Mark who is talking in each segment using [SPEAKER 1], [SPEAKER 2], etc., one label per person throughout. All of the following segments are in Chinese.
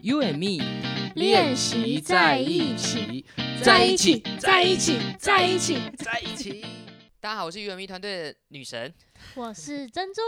[SPEAKER 1] You and me
[SPEAKER 2] 练习在一
[SPEAKER 1] 起，
[SPEAKER 2] 在一起，在一起，在一起。
[SPEAKER 1] 在一起。大家好，我是 You and me 团队的女神。
[SPEAKER 2] 我是珍珠，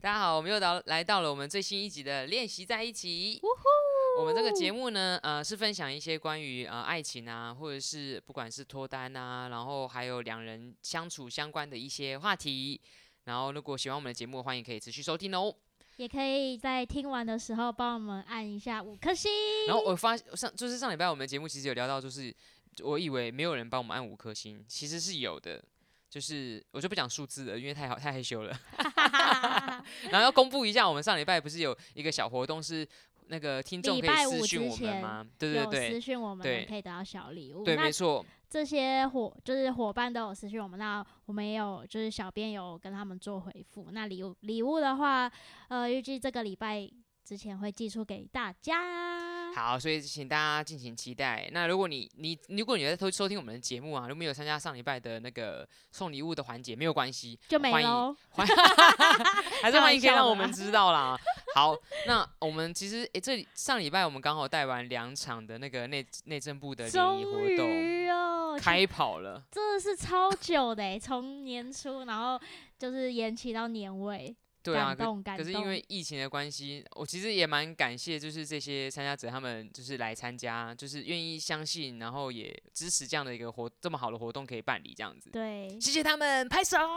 [SPEAKER 1] 大家好，我们又到来到了我们最新一集的练习在一起。
[SPEAKER 2] 呜呼！
[SPEAKER 1] 我们这个节目呢，呃，是分享一些关于呃爱情啊，或者是不管是脱单啊，然后还有两人相处相关的一些话题。然后，如果喜欢我们的节目，欢迎可以持续收听哦。
[SPEAKER 2] 也可以在听完的时候帮我们按一下五颗星。
[SPEAKER 1] 然后我发上就是上礼拜我们的节目其实有聊到，就是我以为没有人帮我们按五颗星，其实是有的。就是我就不讲数字了，因为太好太害羞了。 然后要公布一下，我们上礼拜不是有一个小活动是那个听众
[SPEAKER 2] 礼
[SPEAKER 1] 可
[SPEAKER 2] 拜
[SPEAKER 1] 以
[SPEAKER 2] 五
[SPEAKER 1] 私讯
[SPEAKER 2] 之
[SPEAKER 1] 我们
[SPEAKER 2] 前
[SPEAKER 1] 吗？对对
[SPEAKER 2] 有私
[SPEAKER 1] 对
[SPEAKER 2] 讯我们，
[SPEAKER 1] 对
[SPEAKER 2] 可以得到小礼物。
[SPEAKER 1] 对，
[SPEAKER 2] 那
[SPEAKER 1] 没错，
[SPEAKER 2] 这些伙就是伙伴都有私讯我们，那我们也有就是小编有跟他们做回复。那礼物礼物的话，呃，预计这个礼拜之前会寄出给大家。
[SPEAKER 1] 好，所以请大家敬请期待。那如果你你如果你在收收听我们的节目啊，如果没有参加上礼拜的那个送礼物的环节，没有关系，
[SPEAKER 2] 就没
[SPEAKER 1] 欢迎
[SPEAKER 2] 喽，
[SPEAKER 1] 欢 还是欢迎可以让我们知道啦。好，那我们其实诶、这里上礼拜我们刚好带完两场的那个内内政部的联谊
[SPEAKER 2] 终
[SPEAKER 1] 活动，
[SPEAKER 2] 于哦，
[SPEAKER 1] 开跑了。
[SPEAKER 2] 真的是超久的、欸，从年初然后就是延期到年尾，
[SPEAKER 1] 对啊，
[SPEAKER 2] 感
[SPEAKER 1] 可
[SPEAKER 2] 动感
[SPEAKER 1] 可
[SPEAKER 2] 动。
[SPEAKER 1] 是因为疫情的关系，我其实也蛮感谢，就是这些参加者他们就是来参加，就是愿意相信，然后也支持这样的一个活这么好的活动可以办理这样子。
[SPEAKER 2] 对，
[SPEAKER 1] 谢谢他们，拍手。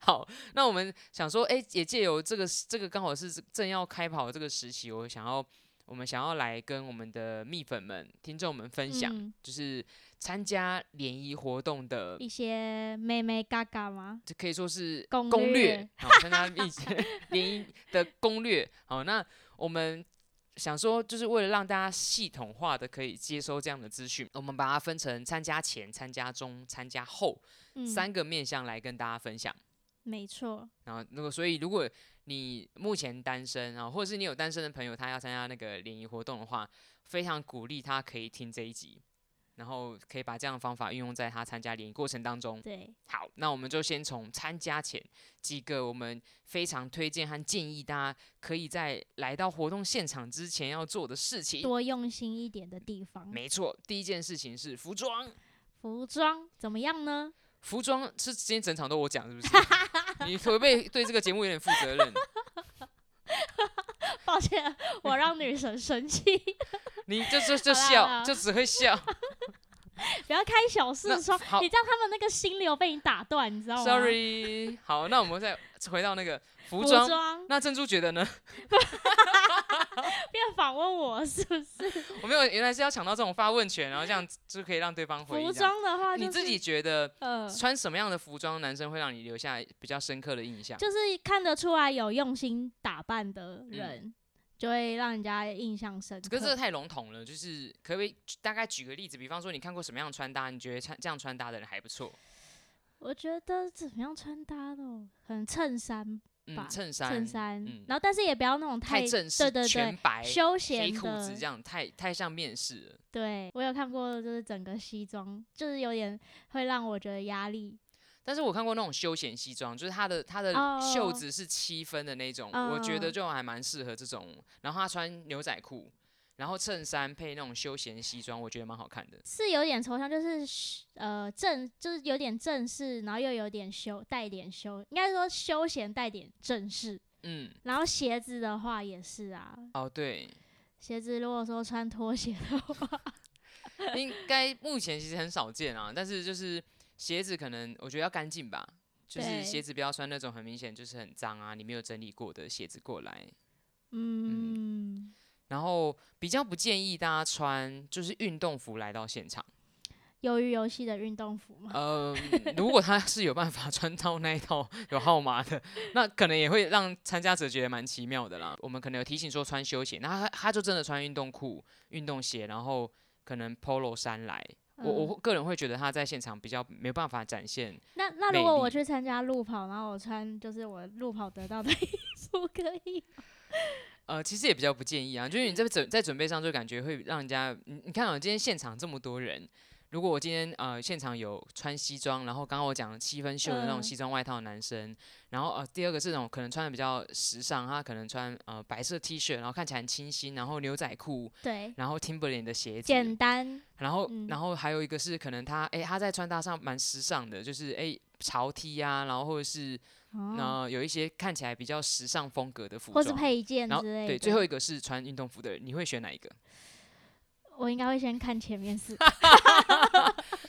[SPEAKER 1] 好，那我们想说，哎、也借由这个这个刚好是正要开跑的这个时期，我想要我们想要来跟我们的蜜粉们、听众们分享，
[SPEAKER 2] 嗯
[SPEAKER 1] 就是参加联谊活动的，
[SPEAKER 2] 一些妹妹嘎嘎吗？
[SPEAKER 1] 这可以说是
[SPEAKER 2] 攻
[SPEAKER 1] 攻略
[SPEAKER 2] 略，
[SPEAKER 1] 好，参加一 起联谊的攻略。好，那我们想说，就是为了让大家系统化的可以接收这样的资讯，我们把它分成参加前、参加中、参加后
[SPEAKER 2] 嗯，
[SPEAKER 1] 三个面向来跟大家分享。
[SPEAKER 2] 没错，
[SPEAKER 1] 然后，如果所以，如果你目前单身啊，或者是你有单身的朋友，他要参加那个联谊活动的话，非常鼓励他可以听这一集，然后可以把这样的方法运用在他参加联谊过程当中。
[SPEAKER 2] 对，
[SPEAKER 1] 好，那我们就先从参加前几个我们非常推荐和建议大家可以在来到活动现场之前要做的事情。
[SPEAKER 2] 多用心一点的地方。
[SPEAKER 1] 没错，第一件事情是服装，
[SPEAKER 2] 服装怎么样呢？
[SPEAKER 1] 服装是今天整场都我讲是不是？你可不可以对这个节目有点负责任？
[SPEAKER 2] 抱歉，啊我让女神生气，
[SPEAKER 1] 你就就就
[SPEAKER 2] 好啦好
[SPEAKER 1] 笑，
[SPEAKER 2] 啦
[SPEAKER 1] 就只会 笑，
[SPEAKER 2] 不要开小
[SPEAKER 1] 那
[SPEAKER 2] 视窗，
[SPEAKER 1] 好
[SPEAKER 2] 你这样他们那个心流被你打断，你知道吗
[SPEAKER 1] Sorry，好，那我们再回到那个服
[SPEAKER 2] 服
[SPEAKER 1] 装。
[SPEAKER 2] 装
[SPEAKER 1] 那珍珠觉得呢？
[SPEAKER 2] 变访问我是不是？
[SPEAKER 1] 我没有，原来是要抢到这种发问权，然后这样就可以让对方回应
[SPEAKER 2] 服
[SPEAKER 1] 这样。
[SPEAKER 2] 装的话、就是，
[SPEAKER 1] 你自己觉得
[SPEAKER 2] 呃，
[SPEAKER 1] 穿什么样的服装，男生会让你留下比较深刻的印象？
[SPEAKER 2] 就是看得出来有用心打扮的人，就会让人家印象深刻。
[SPEAKER 1] 嗯可是这个太笼统了，就是可不可以举大概举个例子？比方说，你看过什么样的穿搭，你觉得穿这样穿搭的人还不错？
[SPEAKER 2] 我觉得怎么样穿搭的哦，可能衬衫、吧
[SPEAKER 1] 嗯，衬衫，
[SPEAKER 2] 衬衫，
[SPEAKER 1] 嗯
[SPEAKER 2] 然后但是也不要那种
[SPEAKER 1] 太正式，
[SPEAKER 2] 对对
[SPEAKER 1] 全
[SPEAKER 2] 对，
[SPEAKER 1] 白，
[SPEAKER 2] 休
[SPEAKER 1] 黑
[SPEAKER 2] 闲
[SPEAKER 1] 裤子
[SPEAKER 2] 的
[SPEAKER 1] 这。样，太太像面试了。
[SPEAKER 2] 对我有看过，就是整个西装，就是有点会让我觉得压力。
[SPEAKER 1] 但是我看过那种休闲西装，就是它的它的
[SPEAKER 2] 哦
[SPEAKER 1] 袖子是七分的那种我觉得
[SPEAKER 2] 嗯
[SPEAKER 1] 就还蛮适合这种。然后他穿牛仔裤，然后衬衫配那种休闲西装，我觉得蛮好看的。
[SPEAKER 2] 是有点抽象，就是呃正，就是有点正式，然后又有点休，带点休，应该说休闲带点正式。
[SPEAKER 1] 嗯，
[SPEAKER 2] 然后鞋子的话也是啊，
[SPEAKER 1] 哦对，
[SPEAKER 2] 鞋子如果说穿拖鞋的话，
[SPEAKER 1] 应该目前其实很少见啊，但是就是鞋子可能我觉得要干净吧，就是
[SPEAKER 2] 对
[SPEAKER 1] 鞋子不要穿那种很明显就是很脏啊，你没有整理过的鞋子过来。
[SPEAKER 2] 嗯，
[SPEAKER 1] 然后比较不建议大家穿就是运动服来到现场。
[SPEAKER 2] 鱿鱼游戏的运动服嘛，
[SPEAKER 1] 呃，如果他是有办法穿到那一套有号码的，那可能也会让参加者觉得蛮奇妙的啦。我们可能有提醒说穿休闲，那他他就真的穿运动裤、运动鞋，然后可能 polo 衫来。我我
[SPEAKER 2] 嗯
[SPEAKER 1] 会个人会觉得他在现场比较没办法展现，
[SPEAKER 2] 那那
[SPEAKER 1] 美
[SPEAKER 2] 如果我
[SPEAKER 1] 丽
[SPEAKER 2] 去参加路跑，然后我穿就是我路跑得到的 衣服可以？
[SPEAKER 1] 呃，其实也比较不哦建议啊，就是你在准在准备上就感觉会让人家，你你看啊，今天现场这么多人，如如果我今天呃现场有穿西装，然后刚刚我讲七分袖的那种
[SPEAKER 2] 嗯
[SPEAKER 1] 西装外套的男生，然后呃第二个这种可能穿的比较时尚，他可能穿呃白色 T 恤，然后看起来很清新，然后牛仔裤，
[SPEAKER 2] 对，
[SPEAKER 1] 然后 Timberland 的鞋子，
[SPEAKER 2] 简单，
[SPEAKER 1] 然后，
[SPEAKER 2] 嗯
[SPEAKER 1] 然后还有一个是可能他，哎、他在穿搭上蛮时尚的，就是哎、潮 T 啊，然后或者是
[SPEAKER 2] 哦，
[SPEAKER 1] 呃有一些看起来比较时尚风格的服
[SPEAKER 2] 或
[SPEAKER 1] 装，
[SPEAKER 2] 是配件
[SPEAKER 1] 然后
[SPEAKER 2] 之类的。
[SPEAKER 1] 对，最后一个是穿运动服的人，你会选哪 一个？
[SPEAKER 2] 我应该会先看前 面是，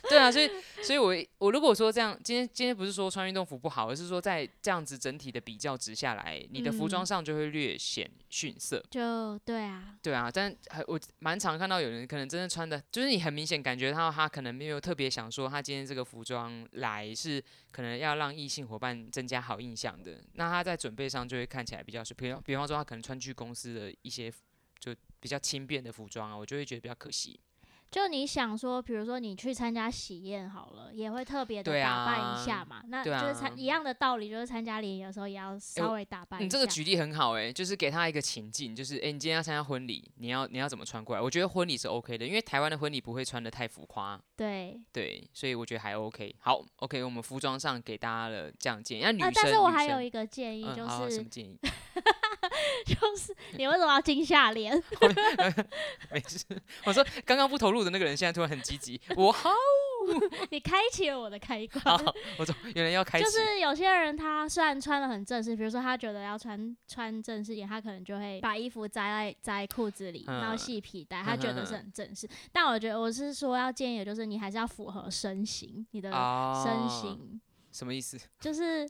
[SPEAKER 1] 对啊，所以所以我我如果说这样，今天今天不是说穿运动服不好，而是说在这样子整体的比较值下来，你的服装
[SPEAKER 2] 嗯
[SPEAKER 1] 上就会略显逊色。
[SPEAKER 2] 就对啊，
[SPEAKER 1] 对啊，但很我蛮常看到有人可能真的穿的，就是你很明显感觉到他可能没有特别想说他今天这个服装来是可能要让异性伙伴增加好印象的，那他在准备上就会看起来比较是，比方比方说他可能穿去公司的一些就比较轻便的服装啊，我就会觉得比较可惜。
[SPEAKER 2] 就你想说，比如说你去参加喜宴好了，也会特别的
[SPEAKER 1] 对
[SPEAKER 2] 打扮
[SPEAKER 1] 啊
[SPEAKER 2] 一下嘛。那
[SPEAKER 1] 对
[SPEAKER 2] 就是
[SPEAKER 1] 啊
[SPEAKER 2] 参一样的道理，就是参加联谊的时候也要稍
[SPEAKER 1] 我
[SPEAKER 2] 微打扮一下。
[SPEAKER 1] 你嗯这个举例很好诶、就是给他一个情境，就是诶、你今天要参加婚礼，你要你要怎么穿过来？我觉得婚礼是 OK 的，因为台湾的婚礼不会穿的太浮夸。
[SPEAKER 2] 对，
[SPEAKER 1] 对，所以我觉得还 OK。好，OK，我们服装上给大家了这样建议。那女生，
[SPEAKER 2] 啊，但是我
[SPEAKER 1] 女
[SPEAKER 2] 还有
[SPEAKER 1] 生
[SPEAKER 2] 一个建议，
[SPEAKER 1] 嗯，
[SPEAKER 2] 就
[SPEAKER 1] 好好什
[SPEAKER 2] 是
[SPEAKER 1] 么建议？
[SPEAKER 2] 就是你为什么要惊吓脸？
[SPEAKER 1] 没事，我说刚刚不投入的那个人，现在突然很积极。我好，
[SPEAKER 2] 你开启了我的开关。
[SPEAKER 1] 好我说有人要开始，
[SPEAKER 2] 就是有些人他虽然穿的很正式，比如说他觉得要穿穿正式一点，他可能就会把衣服摘在摘裤子里，
[SPEAKER 1] 嗯
[SPEAKER 2] 然后系皮带，他觉得是
[SPEAKER 1] 嗯嗯嗯
[SPEAKER 2] 很正式。但我觉得我是说要建议，的就是你还是要符合身形，你的
[SPEAKER 1] 啊
[SPEAKER 2] 身形，
[SPEAKER 1] 什么意思？
[SPEAKER 2] 就是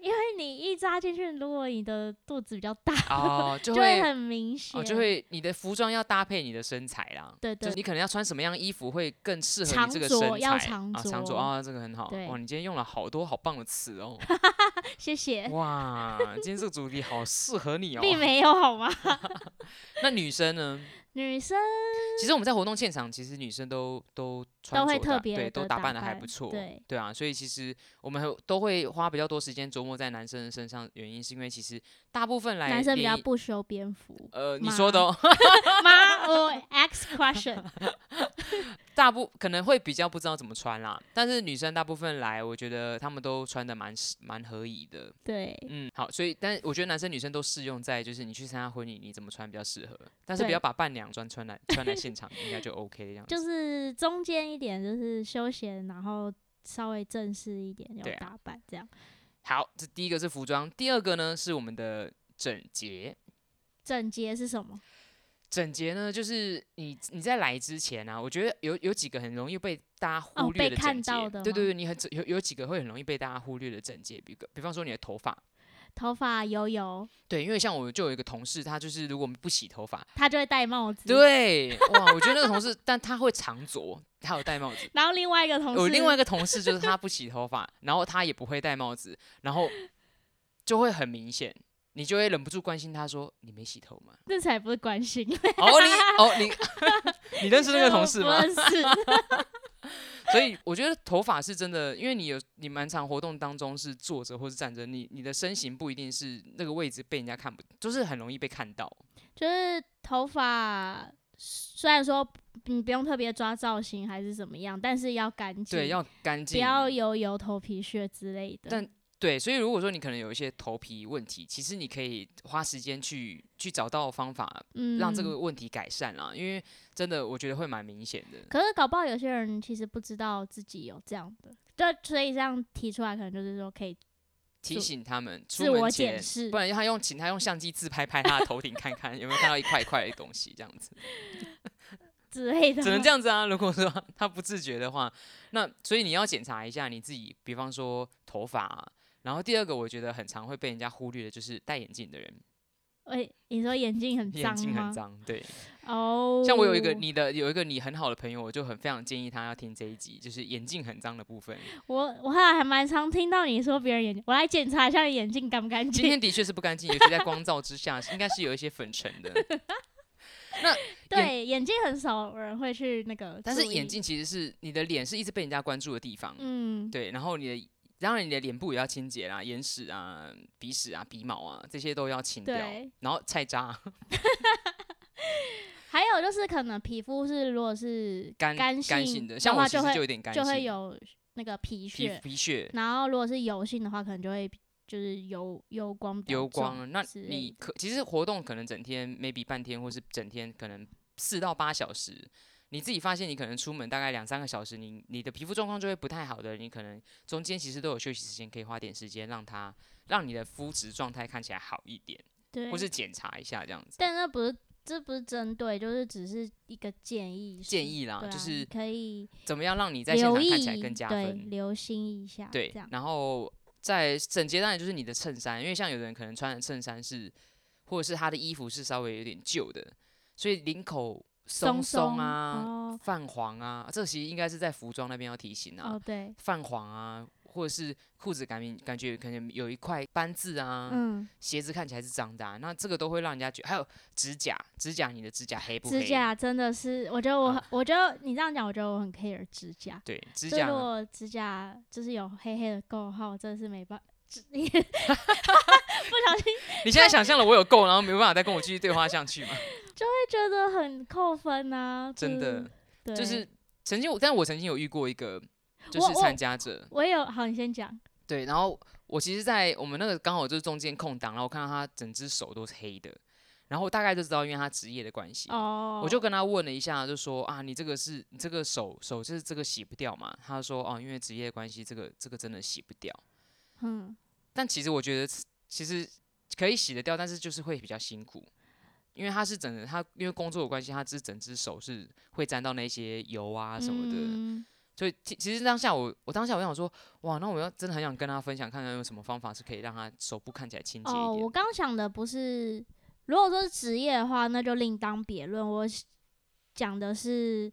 [SPEAKER 2] 因为你一扎进去，如果你的肚子比较大，
[SPEAKER 1] 哦，就
[SPEAKER 2] 就
[SPEAKER 1] 会
[SPEAKER 2] 会很明显、
[SPEAKER 1] 哦，就会你的服装要搭配你的身材啦。
[SPEAKER 2] 对
[SPEAKER 1] 就
[SPEAKER 2] 对
[SPEAKER 1] 是你可能要穿什么样衣服会更适合
[SPEAKER 2] 长
[SPEAKER 1] 你这个身
[SPEAKER 2] 着
[SPEAKER 1] 材
[SPEAKER 2] 要长
[SPEAKER 1] 啊，长
[SPEAKER 2] 着
[SPEAKER 1] 着啊，这个很好。
[SPEAKER 2] 对
[SPEAKER 1] 哇，你今天用了好多好棒的词 哦。
[SPEAKER 2] 谢谢，
[SPEAKER 1] 哇，今天这个主题好适合你哦。
[SPEAKER 2] 并没有好吗？
[SPEAKER 1] 那女生呢？
[SPEAKER 2] 女生
[SPEAKER 1] 其实我们在活动现场，其实女生都都穿
[SPEAKER 2] 都会
[SPEAKER 1] 着
[SPEAKER 2] 特
[SPEAKER 1] 打
[SPEAKER 2] 别
[SPEAKER 1] 对，
[SPEAKER 2] 地
[SPEAKER 1] 都打
[SPEAKER 2] 打
[SPEAKER 1] 扮的还
[SPEAKER 2] 扮
[SPEAKER 1] 不错，
[SPEAKER 2] 对
[SPEAKER 1] 啊，所以其实我们还有都会花比较多时间琢磨在男生的身上，原因是因为其实大部分来
[SPEAKER 2] 男生比较
[SPEAKER 1] 联谊。
[SPEAKER 2] 不修边幅
[SPEAKER 1] 呃，你说的、哦，
[SPEAKER 2] 妈，我 X question，
[SPEAKER 1] 大部可能会比较不知道怎么穿啦，但是女生大部分来，我觉得他们都穿的蛮适蛮合宜的，
[SPEAKER 2] 对。
[SPEAKER 1] 嗯，好，所以但我觉得男生女生都适用在就是你去参加婚礼你怎么穿比较适合，但是不
[SPEAKER 2] 对
[SPEAKER 1] 要把伴娘装穿来穿来现场，应该就 OK 这样子。
[SPEAKER 2] 就是中间一点，就是休闲，然后稍微正式一点，有
[SPEAKER 1] 对啊
[SPEAKER 2] 打扮这样。
[SPEAKER 1] 好，这第一个是服装，第二个呢是我们的整洁。
[SPEAKER 2] 整洁是什么？
[SPEAKER 1] 整洁呢，就是你你在来之前啊，我觉得有有几个很容易被大家
[SPEAKER 2] 哦
[SPEAKER 1] 忽略
[SPEAKER 2] 被
[SPEAKER 1] 的
[SPEAKER 2] 看
[SPEAKER 1] 整洁，
[SPEAKER 2] 到的
[SPEAKER 1] 对对
[SPEAKER 2] 吗
[SPEAKER 1] 对，你很有有几个会很容易被大家忽略的整洁，比个比方说你的头发，
[SPEAKER 2] 头发油油，
[SPEAKER 1] 对，因为像我就有一个同事，他就是如果不洗头发，
[SPEAKER 2] 他就会戴帽子。。
[SPEAKER 1] 对，哇，我觉得那个同事，但他会长着，他有戴帽子。
[SPEAKER 2] 然后另外一个同事，
[SPEAKER 1] 有哦另外一个同事就是他不洗头发，然后他也不会戴帽子，然后就会很明显，你就会忍不住关心他说：“你没洗头吗？”
[SPEAKER 2] 这才不是关心，
[SPEAKER 1] 哦，你哦你， 你 认识那个同事吗
[SPEAKER 2] 不？认识。
[SPEAKER 1] 所以我觉得头发是真的，因为你有你蛮常活动当中是坐着或是站着，你你的身形不一定是那个位置被人家看不，就是很容易被看到。
[SPEAKER 2] 就是头发，虽然说你不用特别抓造型还是怎么样，但是要干净，
[SPEAKER 1] 对，要干
[SPEAKER 2] 不
[SPEAKER 1] 净。
[SPEAKER 2] 要油油、头皮屑之类的。
[SPEAKER 1] 但对，所以如果说你可能有一些头皮问题，其实你可以花时间去去找到方法，
[SPEAKER 2] 嗯，
[SPEAKER 1] 让这个问题改善啦。因为真的，我觉得会蛮明显的。
[SPEAKER 2] 可是搞不好有些人其实不知道自己有这样的，对，所以这样提出来可能就是说可以
[SPEAKER 1] 提
[SPEAKER 2] 自
[SPEAKER 1] 醒他们出
[SPEAKER 2] 自我
[SPEAKER 1] 门
[SPEAKER 2] 检
[SPEAKER 1] 前，
[SPEAKER 2] 视
[SPEAKER 1] 不。然他用请他用相机自拍拍他的头顶，看看有没有看到一块一块的东西，这样 子。
[SPEAKER 2] 之类的，
[SPEAKER 1] 只能这样子啊。如果说 他不自觉的话，那所以你要检查一下你自己，比方说头发、啊。然后第二个，我觉得很常会被人家忽略的就是戴眼镜的人，
[SPEAKER 2] 喂、你说眼睛很
[SPEAKER 1] 眼
[SPEAKER 2] 脏
[SPEAKER 1] 睛很
[SPEAKER 2] 吗？
[SPEAKER 1] 脏。对，
[SPEAKER 2] 哦，
[SPEAKER 1] 像我有一个，你的有一个你很好的朋友，我就很非常建议他要听这一集，就是眼镜很脏的部分。
[SPEAKER 2] 我我后来还蛮常听到你说别人眼睛，我来检查一下你眼睛干不干
[SPEAKER 1] 今
[SPEAKER 2] 净。
[SPEAKER 1] 天的确是不干 净，尤其在光照之下，应该是有一些粉尘的。
[SPEAKER 2] 对，眼睛很少有人会去那个，
[SPEAKER 1] 但是眼，睛其实是你的脸是一直被人家关注的地方，
[SPEAKER 2] 嗯，
[SPEAKER 1] 对，然后你的。当然，你的脸部也要清洁啦，眼屎啊、鼻屎啊、鼻毛啊，这些都要清掉
[SPEAKER 2] 对。
[SPEAKER 1] 然后菜渣啊，
[SPEAKER 2] 还有就是可能皮肤是如果是
[SPEAKER 1] 干
[SPEAKER 2] 干
[SPEAKER 1] 干
[SPEAKER 2] 性
[SPEAKER 1] 的，
[SPEAKER 2] 的
[SPEAKER 1] 像我
[SPEAKER 2] 话
[SPEAKER 1] 其
[SPEAKER 2] 就
[SPEAKER 1] 实
[SPEAKER 2] 会
[SPEAKER 1] 就有点干
[SPEAKER 2] 就会
[SPEAKER 1] 性，
[SPEAKER 2] 有那个皮
[SPEAKER 1] 皮
[SPEAKER 2] 屑，
[SPEAKER 1] 皮屑、
[SPEAKER 2] 然后如果是油性的话，可能就会就是油油光比较
[SPEAKER 1] 油
[SPEAKER 2] 重
[SPEAKER 1] 光。啊那
[SPEAKER 2] 之类
[SPEAKER 1] 你
[SPEAKER 2] 的
[SPEAKER 1] 可其实活动可能整天 maybe 半天，或是整天可能四到八小时。你自己发现，你可能出门大概两三个小时，你你的皮肤状况就会不太好的。你可能中间其实都有休息时间，可以花点时间让它让你的肤质状态看起来好一点，
[SPEAKER 2] 对，
[SPEAKER 1] 或是检查一下这样子。
[SPEAKER 2] 但那不是这不是针对，就是只是一个建议是，
[SPEAKER 1] 建议啦，
[SPEAKER 2] 对啊
[SPEAKER 1] 就
[SPEAKER 2] 你
[SPEAKER 1] 是
[SPEAKER 2] 可以
[SPEAKER 1] 怎么样让你在现场
[SPEAKER 2] 留意
[SPEAKER 1] 看起来更加
[SPEAKER 2] 对，
[SPEAKER 1] 分。
[SPEAKER 2] 留心一下，
[SPEAKER 1] 对
[SPEAKER 2] 这样，
[SPEAKER 1] 然后在整洁当然就是你的衬衫，因为像有的人可能穿的衬衫是，或者是他的衣服是稍微有点旧的，所以领口松
[SPEAKER 2] 松
[SPEAKER 1] 松啊、
[SPEAKER 2] 哦
[SPEAKER 1] 泛黄啊，这其实应该是在服装那边要提醒啊，
[SPEAKER 2] 哦对，
[SPEAKER 1] 泛黄啊，或者是裤子感感觉可能有一块斑渍啊，
[SPEAKER 2] 嗯，
[SPEAKER 1] 鞋子看起来是脏的、啊，那这个都会让人家觉得，还有指甲，指甲你的指甲黑不黑？
[SPEAKER 2] 指甲真的是，我觉得我
[SPEAKER 1] 啊
[SPEAKER 2] 很，我觉得你这样讲，我觉得我很 care 指甲。
[SPEAKER 1] 对，指
[SPEAKER 2] 就
[SPEAKER 1] 甲
[SPEAKER 2] 如
[SPEAKER 1] 呢
[SPEAKER 2] 果指甲就是有黑黑的垢的话，我真的是没办法。
[SPEAKER 1] 你现在想象了我有够，然后没办法再跟我继续对话下去嘛？
[SPEAKER 2] 会觉得很扣分呐、啊，
[SPEAKER 1] 真的。
[SPEAKER 2] 对，
[SPEAKER 1] 就是曾经我，但我曾经有遇过一个，就
[SPEAKER 2] 我
[SPEAKER 1] 是
[SPEAKER 2] 我
[SPEAKER 1] 参加者，
[SPEAKER 2] 我有好，你先讲，
[SPEAKER 1] 对，然后我其实，在我们那个刚好就是中间空档，然后我看到他整只手都是黑的，然后我大概就知道，因为他职业的关系，
[SPEAKER 2] 哦，
[SPEAKER 1] 我就跟他问了一下，就说啊，你这个是你这个手手就是这个洗不掉嘛？他说哦、因为职业的关系，这个这个真的洗不掉。
[SPEAKER 2] 嗯，
[SPEAKER 1] 但其实我觉得，其实可以洗得掉，但是就是会比较辛苦，因为他是整个他因为工作的关系，他是整只手是会沾到那些油啊什么的。
[SPEAKER 2] 嗯
[SPEAKER 1] 所以其其实当下我我当下我想说，哇，那我要真的很想跟他分享，看看有什么方法是可以让他手部看起来清洁
[SPEAKER 2] 哦，
[SPEAKER 1] 一点。
[SPEAKER 2] 我刚想的不是，如果说是职业的话，那就另当别论。我是讲的是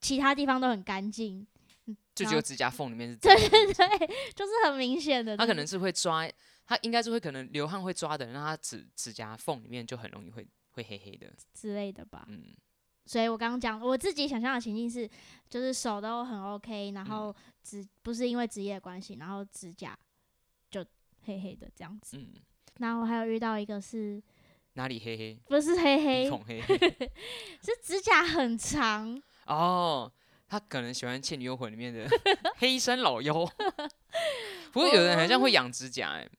[SPEAKER 2] 其他地方都很干净，
[SPEAKER 1] 就只有指甲缝里面是脏
[SPEAKER 2] 对
[SPEAKER 1] 的。
[SPEAKER 2] 对对，就是很明显的。
[SPEAKER 1] 他可
[SPEAKER 2] 就是
[SPEAKER 1] 能是会抓，他应该是会可能流汗会抓的人，那他指指甲缝里面就很容易会会黑黑的。
[SPEAKER 2] 之类的吧。
[SPEAKER 1] 嗯，
[SPEAKER 2] 所以我刚刚讲我自己想象的情境是，就是手都很 OK，然
[SPEAKER 1] 嗯
[SPEAKER 2] 后指、不是因为职业的关系，然后指甲就黑黑的这样子。
[SPEAKER 1] 嗯，
[SPEAKER 2] 然后我还有遇到一个是
[SPEAKER 1] 哪里黑黑？
[SPEAKER 2] 不是黑黑
[SPEAKER 1] 鼻，孔黑黑。
[SPEAKER 2] 是指甲很长，
[SPEAKER 1] 哦，他可能喜欢《倩女幽魂》里 面的黑山老妖。不过有人好像会养指甲、欸，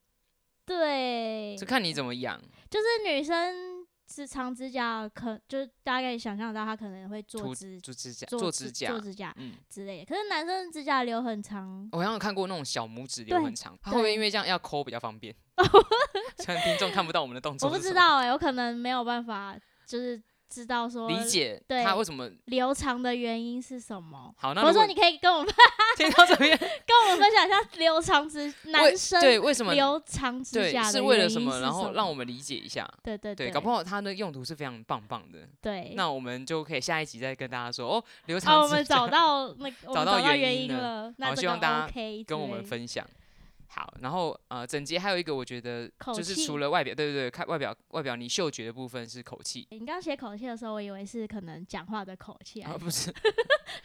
[SPEAKER 2] 对，
[SPEAKER 1] 就看你怎么养，
[SPEAKER 2] 就是女生是长指甲可，就是大概想象到她可能会做
[SPEAKER 1] 涂
[SPEAKER 2] 指
[SPEAKER 1] 做指甲，
[SPEAKER 2] 做
[SPEAKER 1] 做指甲
[SPEAKER 2] 做，指甲
[SPEAKER 1] 嗯。
[SPEAKER 2] 之类的。可是男生指甲留很长，
[SPEAKER 1] 我好像有看过那种小拇指留
[SPEAKER 2] 对
[SPEAKER 1] 很长，它会不会
[SPEAKER 2] 对
[SPEAKER 1] 因为这样要抠比较方 便？虽然听众看不到我们的动
[SPEAKER 2] 我
[SPEAKER 1] 作，
[SPEAKER 2] 不知，道哎、我可能没有办法，就是知道说
[SPEAKER 1] 理解
[SPEAKER 2] 对
[SPEAKER 1] 他为什么
[SPEAKER 2] 留长的原因是什么。
[SPEAKER 1] 好。那
[SPEAKER 2] 我
[SPEAKER 1] 如
[SPEAKER 2] 说
[SPEAKER 1] 果
[SPEAKER 2] 你可以跟我们
[SPEAKER 1] 听到这边，
[SPEAKER 2] 跟我们分享 一下留长指
[SPEAKER 1] 为
[SPEAKER 2] 男生
[SPEAKER 1] 对为什么
[SPEAKER 2] 留长指
[SPEAKER 1] 对
[SPEAKER 2] 甲的
[SPEAKER 1] 是为了
[SPEAKER 2] 原
[SPEAKER 1] 什
[SPEAKER 2] 因
[SPEAKER 1] 么？
[SPEAKER 2] 是
[SPEAKER 1] 然后让我
[SPEAKER 2] 么
[SPEAKER 1] 们理解一下，
[SPEAKER 2] 对对
[SPEAKER 1] 对，搞不
[SPEAKER 2] 好
[SPEAKER 1] 好它的用途是非常棒棒的。
[SPEAKER 2] 对。
[SPEAKER 1] 那我们就可以下一集再跟大家说哦，留
[SPEAKER 2] 哦，
[SPEAKER 1] 长
[SPEAKER 2] 我
[SPEAKER 1] 指
[SPEAKER 2] 们
[SPEAKER 1] 甲
[SPEAKER 2] 找到那个我
[SPEAKER 1] 找
[SPEAKER 2] 们找
[SPEAKER 1] 到
[SPEAKER 2] 到
[SPEAKER 1] 原
[SPEAKER 2] 原
[SPEAKER 1] 因
[SPEAKER 2] 因
[SPEAKER 1] 了
[SPEAKER 2] 了，那
[SPEAKER 1] 好
[SPEAKER 2] 这
[SPEAKER 1] 希望
[SPEAKER 2] 个
[SPEAKER 1] 大家
[SPEAKER 2] OK
[SPEAKER 1] 跟我
[SPEAKER 2] 之
[SPEAKER 1] 们
[SPEAKER 2] 类
[SPEAKER 1] 分享。好，然后呃，整节还有一个我觉得
[SPEAKER 2] 口
[SPEAKER 1] 就是
[SPEAKER 2] 气
[SPEAKER 1] 除了外表，对对对，看外表外表你嗅觉的部分是口气，
[SPEAKER 2] 你刚写口气的时候，我以为是可能讲话的口气
[SPEAKER 1] 啊
[SPEAKER 2] 啊，
[SPEAKER 1] 不是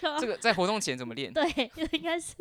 [SPEAKER 2] 是吗
[SPEAKER 1] 这个在活动前怎么练？
[SPEAKER 2] 对， 应该是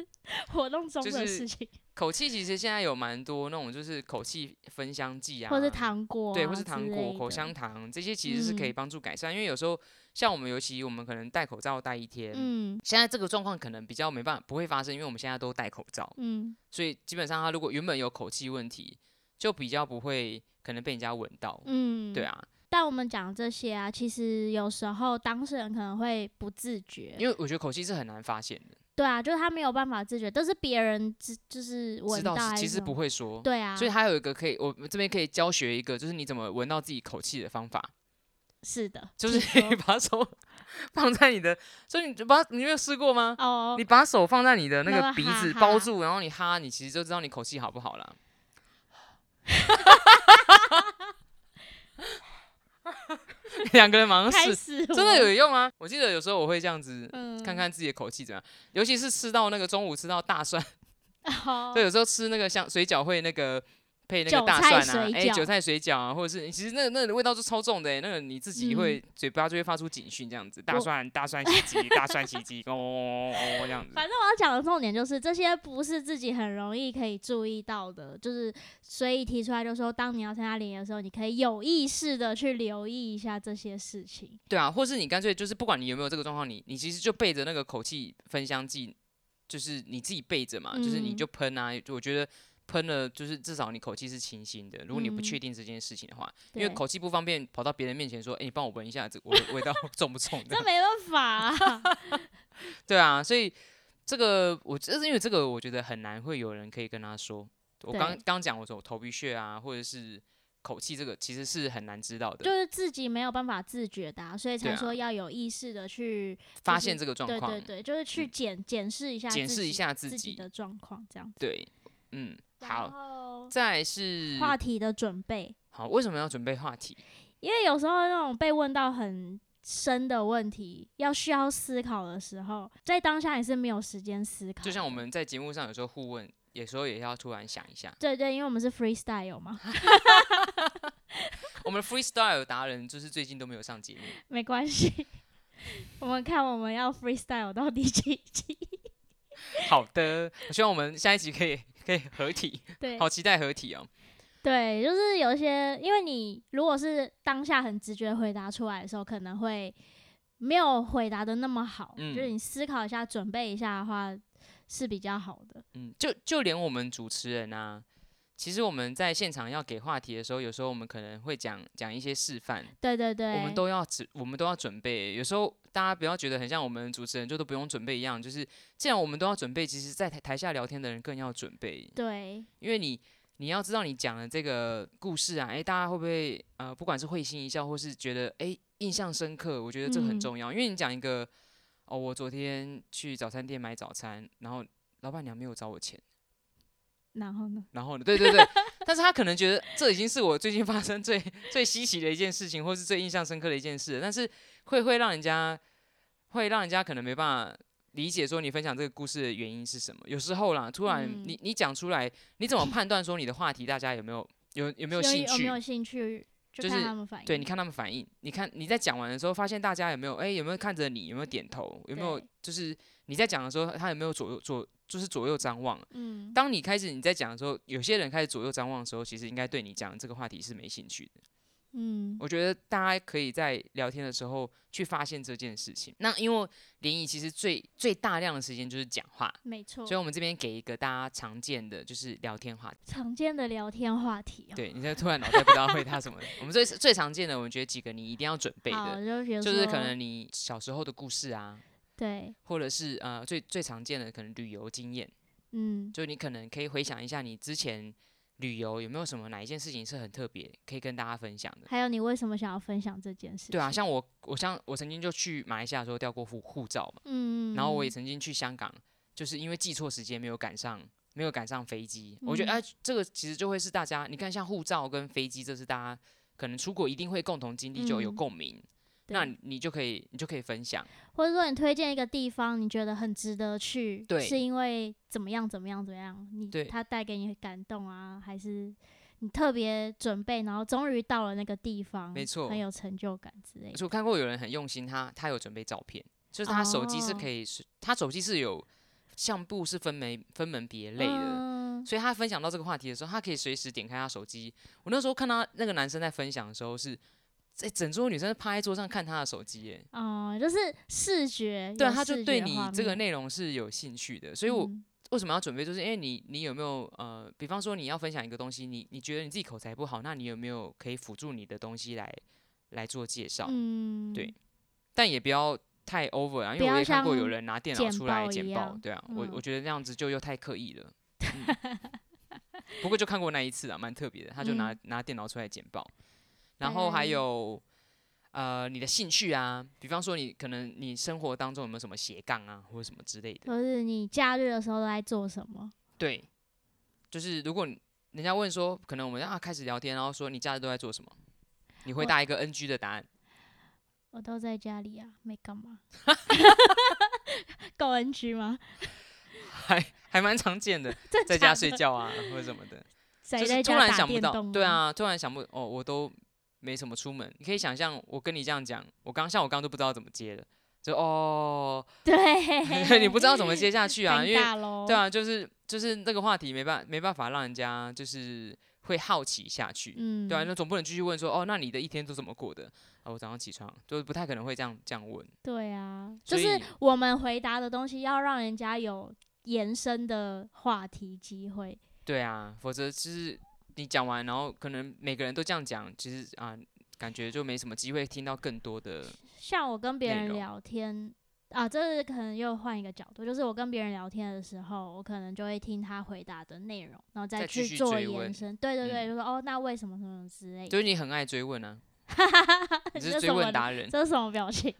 [SPEAKER 2] 活动中
[SPEAKER 1] 就
[SPEAKER 2] 的
[SPEAKER 1] 是
[SPEAKER 2] 事情，
[SPEAKER 1] 口气其实现在有蛮多那种，就是口气芬香剂啊，
[SPEAKER 2] 或是糖果、啊，
[SPEAKER 1] 对，或是糖果、口，香糖这些，其实是可以
[SPEAKER 2] 嗯
[SPEAKER 1] 帮助改善。因为有时候像我们，尤其我们可能戴口罩戴一天，
[SPEAKER 2] 嗯
[SPEAKER 1] 现在这个状况可能比较没办法不会发生，因为我们现在都戴口罩，
[SPEAKER 2] 嗯，
[SPEAKER 1] 所以基本上他如果原本有口气问题，就比较不会可能被人家闻到。
[SPEAKER 2] 嗯，
[SPEAKER 1] 对。啊，
[SPEAKER 2] 但我们讲这些啊，其实有时候当事人可能会不自觉，
[SPEAKER 1] 因为我觉得口气是很难发现的，
[SPEAKER 2] 对啊，就是他没有办法自觉，都是别人知就是
[SPEAKER 1] 知
[SPEAKER 2] 闻
[SPEAKER 1] 道
[SPEAKER 2] 还
[SPEAKER 1] 是
[SPEAKER 2] 是
[SPEAKER 1] 其实
[SPEAKER 2] 什么
[SPEAKER 1] 不会说。
[SPEAKER 2] 对啊，
[SPEAKER 1] 所以还有一个可以，我们这边可以教学一个，就是你怎么闻到自己口气的方法。
[SPEAKER 2] 是的，
[SPEAKER 1] 就
[SPEAKER 2] 请
[SPEAKER 1] 是
[SPEAKER 2] 说
[SPEAKER 1] 把手 放在你的，所以你就把你有没有试过吗？
[SPEAKER 2] 哦
[SPEAKER 1] 你，把手放在你的那
[SPEAKER 2] 那
[SPEAKER 1] 个
[SPEAKER 2] 个
[SPEAKER 1] 鼻
[SPEAKER 2] 哈
[SPEAKER 1] 子
[SPEAKER 2] 哈
[SPEAKER 1] 包住，然后你哈，你其实就知道你口气好不好了。 两个人马上
[SPEAKER 2] 开
[SPEAKER 1] 试，
[SPEAKER 2] 始
[SPEAKER 1] 真的有用吗？我记得有时候我会这样子
[SPEAKER 2] 嗯
[SPEAKER 1] 看 看自己的口气怎么样，尤其是吃到那个中午吃到大蒜，
[SPEAKER 2] 哦
[SPEAKER 1] 对，有时候吃那个像水饺会那个配那个
[SPEAKER 2] 韭
[SPEAKER 1] 大
[SPEAKER 2] 菜
[SPEAKER 1] 蒜啊，
[SPEAKER 2] 水
[SPEAKER 1] 哎、
[SPEAKER 2] 饺
[SPEAKER 1] 韭菜水饺啊，或者是其实那个那个味道就超重的、欸，那个你自己会、嘴巴就会发出警讯这样子，大
[SPEAKER 2] 嗯我
[SPEAKER 1] 蒜大蒜袭击，大蒜袭击，哦哦哦这样子。
[SPEAKER 2] 反正我要讲的重点就是，这些不是自己很容易可以注意到的，就是所以提出来就说，当你要参加联谊的时候，你可以有意识的去留意一下这些事情。
[SPEAKER 1] 对啊，或是你干脆就是不管你有没有这个状况，你你其实就背着那个口气芬香剂，就是你自己背着嘛，就是你
[SPEAKER 2] 嗯
[SPEAKER 1] 就喷啊。就我觉得喷了，就是至少你口气是清新的。如果你不确
[SPEAKER 2] 嗯
[SPEAKER 1] 定这件事情的话，因
[SPEAKER 2] 对
[SPEAKER 1] 为口气不方便跑到别人面前说，哎、你帮我闻一下这我的味道重不重 的
[SPEAKER 2] 这？没办法、啊，
[SPEAKER 1] 对啊，所以这个我就是因为这个，我觉得很难会有人可以跟他说。我刚
[SPEAKER 2] 对
[SPEAKER 1] 刚讲我说我头皮屑啊，或者是口气这个，其实是很难知道
[SPEAKER 2] 就
[SPEAKER 1] 的，
[SPEAKER 2] 是自己没有办法自觉的啊、所以
[SPEAKER 1] 对
[SPEAKER 2] 才
[SPEAKER 1] 啊
[SPEAKER 2] 说要有意识的去，
[SPEAKER 1] 发
[SPEAKER 2] 就是
[SPEAKER 1] 现这个状
[SPEAKER 2] 对
[SPEAKER 1] 况嗯
[SPEAKER 2] 对，对，就是去检检视一下自己，
[SPEAKER 1] 检视一下
[SPEAKER 2] 自
[SPEAKER 1] 自己
[SPEAKER 2] 的状况，这样子。
[SPEAKER 1] 对，嗯，好
[SPEAKER 2] 然。后
[SPEAKER 1] 再是
[SPEAKER 2] 话题的准备，
[SPEAKER 1] 好，为什么要准备话题？
[SPEAKER 2] 因为有时候那种被问到很深的问题，要需要思考的时候，在当下也是没有时间思考的。
[SPEAKER 1] 就像我们在节目上有时候互问，有时候也要突然想一下。
[SPEAKER 2] 对对，因为我们是 freestyle 嘛，
[SPEAKER 1] 我们 freestyle 达人就是最近都没有上节目，
[SPEAKER 2] 没关系。 我们看我们要 freestyle 到第几集？
[SPEAKER 1] 好的，我希望我们下一集可以可以合体，
[SPEAKER 2] 对
[SPEAKER 1] 好期待合体哦。
[SPEAKER 2] 对，就是有一些，因为你如果是当下很直觉回答出来的时候，可能会没有回答的那么好，
[SPEAKER 1] 嗯
[SPEAKER 2] 就是你思考一下、准备一下的话是比较好的。
[SPEAKER 1] 嗯，就就连我们主持人啊，其实我们在现场要给话题的时候，有时候我们可能会讲讲一些示范，
[SPEAKER 2] 对对对，
[SPEAKER 1] 我们都要准，我们都要准备。有时候大家不要觉得很像我们主持人就都不用准备一样，就是既然我们都要准备，其实在台台下聊天的人更要准备。
[SPEAKER 2] 对
[SPEAKER 1] 因为你你要知道你讲的这个故事啊，诶，大家会不会呃，不管是会心一笑，或是觉得诶印象深刻，我觉得这很
[SPEAKER 2] 嗯
[SPEAKER 1] 重要。因为你讲一个哦，我昨天去早餐店买早餐，然后老板娘没有找我钱，
[SPEAKER 2] 然后呢？
[SPEAKER 1] 然后呢，对对对。但是他可能觉得这已经是我最近发生最最稀奇的一件事情，或是最印象深刻的一件事了，但是会会让人家会让人家可能没办法理解说你分享这个故事的原因是什么。有时候啦，突然
[SPEAKER 2] 嗯
[SPEAKER 1] 你你讲出来，你怎么判断说你的话题大家有没有有有没有兴
[SPEAKER 2] 哦有没
[SPEAKER 1] 趣？
[SPEAKER 2] 有兴趣？就
[SPEAKER 1] 就
[SPEAKER 2] 看
[SPEAKER 1] 是
[SPEAKER 2] 他们反应。
[SPEAKER 1] 对，你看他们反应，你看你在讲完的时候，发现大家有没有哎、有没有看着你，有没有点头，有没有
[SPEAKER 2] 对
[SPEAKER 1] 就是你在讲的时候，他有没有左右左就是左右张望？
[SPEAKER 2] 嗯，
[SPEAKER 1] 当你开始你在讲的时候，有些人开始左右张望的时候，其实应该对你讲的这个话题是没兴趣的。
[SPEAKER 2] 嗯，
[SPEAKER 1] 我觉得大家可以在聊天的时候去发现这件事情。那因为联谊其实最最大量的时间就是讲话，
[SPEAKER 2] 没错
[SPEAKER 1] 所以，我们这边给一个大家常见的就是聊天话题。
[SPEAKER 2] 常见的聊天话题、哦。
[SPEAKER 1] 对，你现在突然脑袋不知道回答什么了。我们最最常见的，我们觉得几个你一定要准备
[SPEAKER 2] 好，
[SPEAKER 1] 的，
[SPEAKER 2] 就比如说，
[SPEAKER 1] 就是可能你小时候的故事啊，
[SPEAKER 2] 对，
[SPEAKER 1] 或者是呃最最常见的可能旅游经验。
[SPEAKER 2] 嗯，
[SPEAKER 1] 就你可能可以回想一下你之前旅游有没有什么哪一件事情是很特别，可以跟大家分享的。
[SPEAKER 2] 还有你为什么想要分享这件事？
[SPEAKER 1] 对啊，，像我，我像我曾经就去马来西亚的时候掉过护护照嘛，
[SPEAKER 2] 嗯，
[SPEAKER 1] 然后我也
[SPEAKER 2] 嗯
[SPEAKER 1] 曾经去香港，就是因为记错时间没有赶上，没有赶上飞机。我觉得
[SPEAKER 2] 嗯
[SPEAKER 1] 哎、这个其实就会是大家，你看像护照跟飞机，这是大家可能出国一定会共同经历，就有
[SPEAKER 2] 嗯
[SPEAKER 1] 共鸣。那
[SPEAKER 2] 对
[SPEAKER 1] 你你就可以，你就可以分享。
[SPEAKER 2] 或者说你推荐一个地方，你觉得很值得去，
[SPEAKER 1] 对
[SPEAKER 2] 是因为怎么样怎么样怎么样，你
[SPEAKER 1] 对
[SPEAKER 2] 它带给你感动啊，还是你特别准备，然后终于到了那个地方，
[SPEAKER 1] 没错
[SPEAKER 2] 很有成就感之类
[SPEAKER 1] 而
[SPEAKER 2] 的。
[SPEAKER 1] 且我看过有人很用心，他他有准备照片，就是他手机是
[SPEAKER 2] 哦
[SPEAKER 1] 可以是，他手机是有相簿是分门分门别类的，
[SPEAKER 2] 嗯
[SPEAKER 1] 所以他分享到这个话题的时候，他可以随时点开他手机。我那时候看到那个男生在分享的时候是。在整桌女生趴在桌上看他的手机，耶，
[SPEAKER 2] 哦，就是视觉，
[SPEAKER 1] 对啊，
[SPEAKER 2] 有
[SPEAKER 1] 他就
[SPEAKER 2] 视
[SPEAKER 1] 对
[SPEAKER 2] 觉
[SPEAKER 1] 你
[SPEAKER 2] 画
[SPEAKER 1] 这个
[SPEAKER 2] 面，
[SPEAKER 1] 内容是有兴趣的，所以我
[SPEAKER 2] 嗯
[SPEAKER 1] 为什么要准备？就是因为你你有没有呃，比方说你要分享一个东西，你你觉得你自己口才不好，那你有没有可以辅助你的东西来来做介绍？
[SPEAKER 2] 嗯，
[SPEAKER 1] 哦对但也不要太 over 啊，因
[SPEAKER 2] 不
[SPEAKER 1] 为我
[SPEAKER 2] 要
[SPEAKER 1] 也看过
[SPEAKER 2] 像
[SPEAKER 1] 有人拿电脑
[SPEAKER 2] 剪
[SPEAKER 1] 出来
[SPEAKER 2] 报
[SPEAKER 1] 剪
[SPEAKER 2] 一
[SPEAKER 1] 报，
[SPEAKER 2] 样
[SPEAKER 1] 对啊，我我
[SPEAKER 2] 嗯
[SPEAKER 1] 觉得那样子就又太刻意了。嗯不过就看过那一次啊，蛮特别的，他就拿、
[SPEAKER 2] 嗯
[SPEAKER 1] 拿电脑出来剪报，然后还
[SPEAKER 2] 对
[SPEAKER 1] 有呃你的兴趣啊，比方说你可能你生活当中有没有什么斜杠啊，或者什么之类的，
[SPEAKER 2] 就是你假日的时候都在做什么？
[SPEAKER 1] 对，就是如果你人家问说，可能我们啊开始聊天，然后说你假日都在做什么，你回
[SPEAKER 2] 我
[SPEAKER 1] 答一个 NG 的答案，
[SPEAKER 2] 我都在家里啊，没 干嘛。够 NG 吗？
[SPEAKER 1] 还还蛮常见的，在家睡觉啊或者什么的。
[SPEAKER 2] 谁
[SPEAKER 1] 就
[SPEAKER 2] 在
[SPEAKER 1] 是突
[SPEAKER 2] 家
[SPEAKER 1] 然
[SPEAKER 2] 打
[SPEAKER 1] 想不
[SPEAKER 2] 电
[SPEAKER 1] 到
[SPEAKER 2] 动？，
[SPEAKER 1] 对，啊，突然想不哦，我都没什么出门。你可以想象，我跟你这样讲，我刚像我刚刚都不知道怎么接了，就哦，
[SPEAKER 2] 对，
[SPEAKER 1] 你不知道怎么接下去啊，
[SPEAKER 2] 尴
[SPEAKER 1] 因为
[SPEAKER 2] 尬哦咯
[SPEAKER 1] 对，啊，就是就是那个话题没办没办法让人家就是会好奇下去，
[SPEAKER 2] 嗯，
[SPEAKER 1] 对啊，那总不能继续问说哦，那你的一天都怎么过的？啊，我早上起床，就是不太可能会这样这样问，
[SPEAKER 2] 对啊，就
[SPEAKER 1] 所
[SPEAKER 2] 是
[SPEAKER 1] 以
[SPEAKER 2] 我们回答的东西要让人家有延伸的话题机会，
[SPEAKER 1] 对啊，否则就是你讲完，然后可能每个人都这样讲，其实啊，感觉就没什么机会听到更多的，
[SPEAKER 2] 像我跟别
[SPEAKER 1] 内
[SPEAKER 2] 人
[SPEAKER 1] 容
[SPEAKER 2] 聊天啊，这可能又换一个角度，就是我跟别人聊天的时候，我可能就会听他回答的内容，然后
[SPEAKER 1] 再继
[SPEAKER 2] 去
[SPEAKER 1] 续
[SPEAKER 2] 做
[SPEAKER 1] 追
[SPEAKER 2] 延
[SPEAKER 1] 问
[SPEAKER 2] 伸。对对对，
[SPEAKER 1] 嗯
[SPEAKER 2] 就说哦，那为什么什么之类
[SPEAKER 1] 就
[SPEAKER 2] 的。
[SPEAKER 1] 是你很爱追问 啊，你
[SPEAKER 2] 这
[SPEAKER 1] 是追
[SPEAKER 2] 是哎什么
[SPEAKER 1] 问达 人，
[SPEAKER 2] 这是什么表情？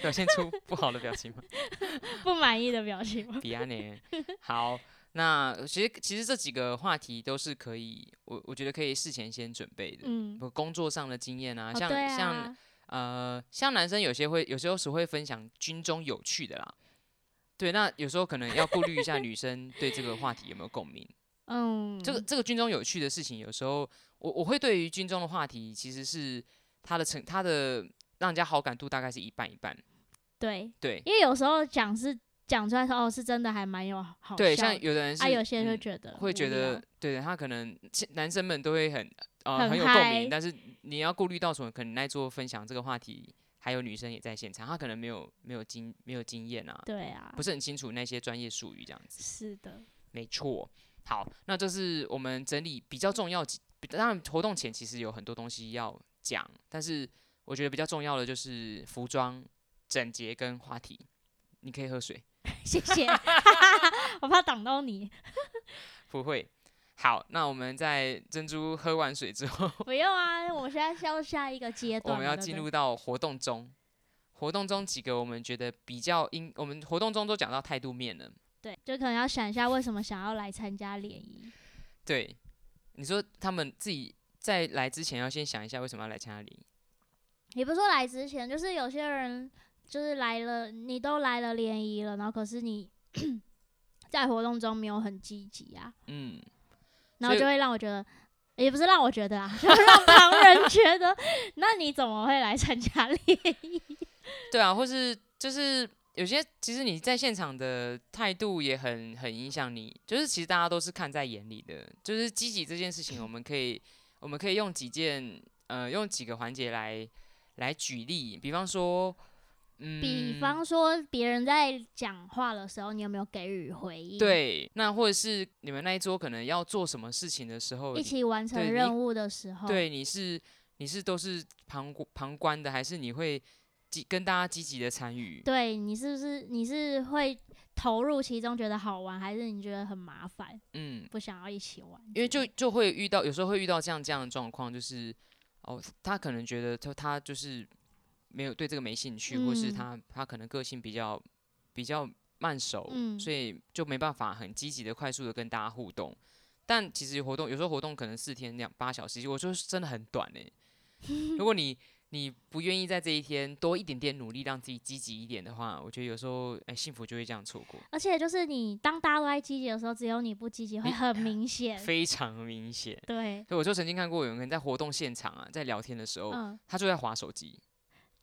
[SPEAKER 1] 表现出不好的表情吗？
[SPEAKER 2] 不满意的 表情吗？
[SPEAKER 1] 比安呢？好，那其实其实这几个话题都是可以，我我觉得可以事前先准备的，
[SPEAKER 2] 嗯，
[SPEAKER 1] 我工作上的经验啊，
[SPEAKER 2] 哦
[SPEAKER 1] 像、
[SPEAKER 2] 对
[SPEAKER 1] 像
[SPEAKER 2] 啊，
[SPEAKER 1] 呃，像男生有些会，有时候是会分享军中有趣的啦。对，那有时候可能要顾虑一下女生对这个话题有没有共鸣。
[SPEAKER 2] 嗯，
[SPEAKER 1] 这个这个军中有趣的事情，有时候我我会对于军中的话题，其实是它的成它的让人家好感度大概是一半一半。
[SPEAKER 2] 对，
[SPEAKER 1] 对
[SPEAKER 2] 因为有时候讲是讲出来说哦，是真的还蛮有好笑的，
[SPEAKER 1] 对，像有的人是
[SPEAKER 2] 啊，有些人
[SPEAKER 1] 嗯
[SPEAKER 2] 会觉得
[SPEAKER 1] 会
[SPEAKER 2] 无
[SPEAKER 1] 觉
[SPEAKER 2] 聊
[SPEAKER 1] 得，对他可能其男生们都会很呃
[SPEAKER 2] 很
[SPEAKER 1] 很有共
[SPEAKER 2] 嗨
[SPEAKER 1] 鸣，但是你要顾虑到什么？可能那做分享这个话题，还有女生也在现场，她可能没有没有经没有经验啊，
[SPEAKER 2] 对啊
[SPEAKER 1] 不，是很清楚那些专业术语这样子。
[SPEAKER 2] 是的，
[SPEAKER 1] 没错，好，那这是我们整理比较重要几，比当然活动前其实有很多东西要讲，但是我觉得比较重要的就是服装、整洁跟话题。你可以喝水，
[SPEAKER 2] 谢 谢， 我怕挡到你，
[SPEAKER 1] 不会。好，那我们在珍珠喝完水之 后，
[SPEAKER 2] 不用啊，我现在是要下一个阶
[SPEAKER 1] 我
[SPEAKER 2] 段了，
[SPEAKER 1] 们要
[SPEAKER 2] 对不
[SPEAKER 1] 进
[SPEAKER 2] 对
[SPEAKER 1] 入到活动中。活动中几个我们觉得比较应，我们活动中都讲到态度面了。
[SPEAKER 2] 对，就可能要想一下为什么想要来参加联谊，
[SPEAKER 1] 对，你说他们自己在来之前要先想一下为什么要来参加联谊。
[SPEAKER 2] 也不是说来之前，就是有些人就是来了，你都来了联谊了，然后可是你 在活动中没有很积极啊，
[SPEAKER 1] 嗯，
[SPEAKER 2] 然
[SPEAKER 1] 所
[SPEAKER 2] 后
[SPEAKER 1] 以
[SPEAKER 2] 就会让我觉得。也不是让我觉得啊， 就让旁人觉得，那你怎么会来参加联谊？
[SPEAKER 1] 对啊，或是就是有些其实你在现场的态度也很很影响你，就是其实大家都是看在眼里的。就是积极这件事情，我们可以我们可以用几件呃用几个环节来来举例，比方说，嗯，
[SPEAKER 2] 比方说，别人在讲话的时候，你有没有给予回应？，
[SPEAKER 1] 对，那或者是你们那一桌可能要做什么事情的时候，
[SPEAKER 2] 一
[SPEAKER 1] 你
[SPEAKER 2] 起哦完
[SPEAKER 1] 对
[SPEAKER 2] 成
[SPEAKER 1] 你
[SPEAKER 2] 任务的时候，
[SPEAKER 1] 对你是你是都是旁观旁观的，还是你会积跟大家积极的参与？
[SPEAKER 2] 对你是不是你是会投入其中，觉得好玩，还是你觉得很麻烦，
[SPEAKER 1] 嗯，
[SPEAKER 2] 不想要一起玩？
[SPEAKER 1] 因为就就会遇到，有时候会遇到这样这样的状况，就是哦，他可能觉得他他就是没有对这个没兴趣，或是
[SPEAKER 2] 嗯
[SPEAKER 1] 他他可能个性比较比较慢熟，
[SPEAKER 2] 嗯
[SPEAKER 1] 所以就没办法很积极的、快速的跟大家互动。但其实活动有时候活动可能四天两八小时，其实我觉得是真的很短呢、欸 如果你你不愿意在这一天多一点点努力，让自己积极一点的话，我觉得有时候哎、幸福就会这样错过，
[SPEAKER 2] 而且就是你当大家都在积极的时候，只有你不积极，会
[SPEAKER 1] 你
[SPEAKER 2] 很明 显。
[SPEAKER 1] 非常明显。
[SPEAKER 2] 对，
[SPEAKER 1] 所以我就曾经看过有人在活动现场啊，在聊天的时候，
[SPEAKER 2] 嗯，
[SPEAKER 1] 他就在划手机，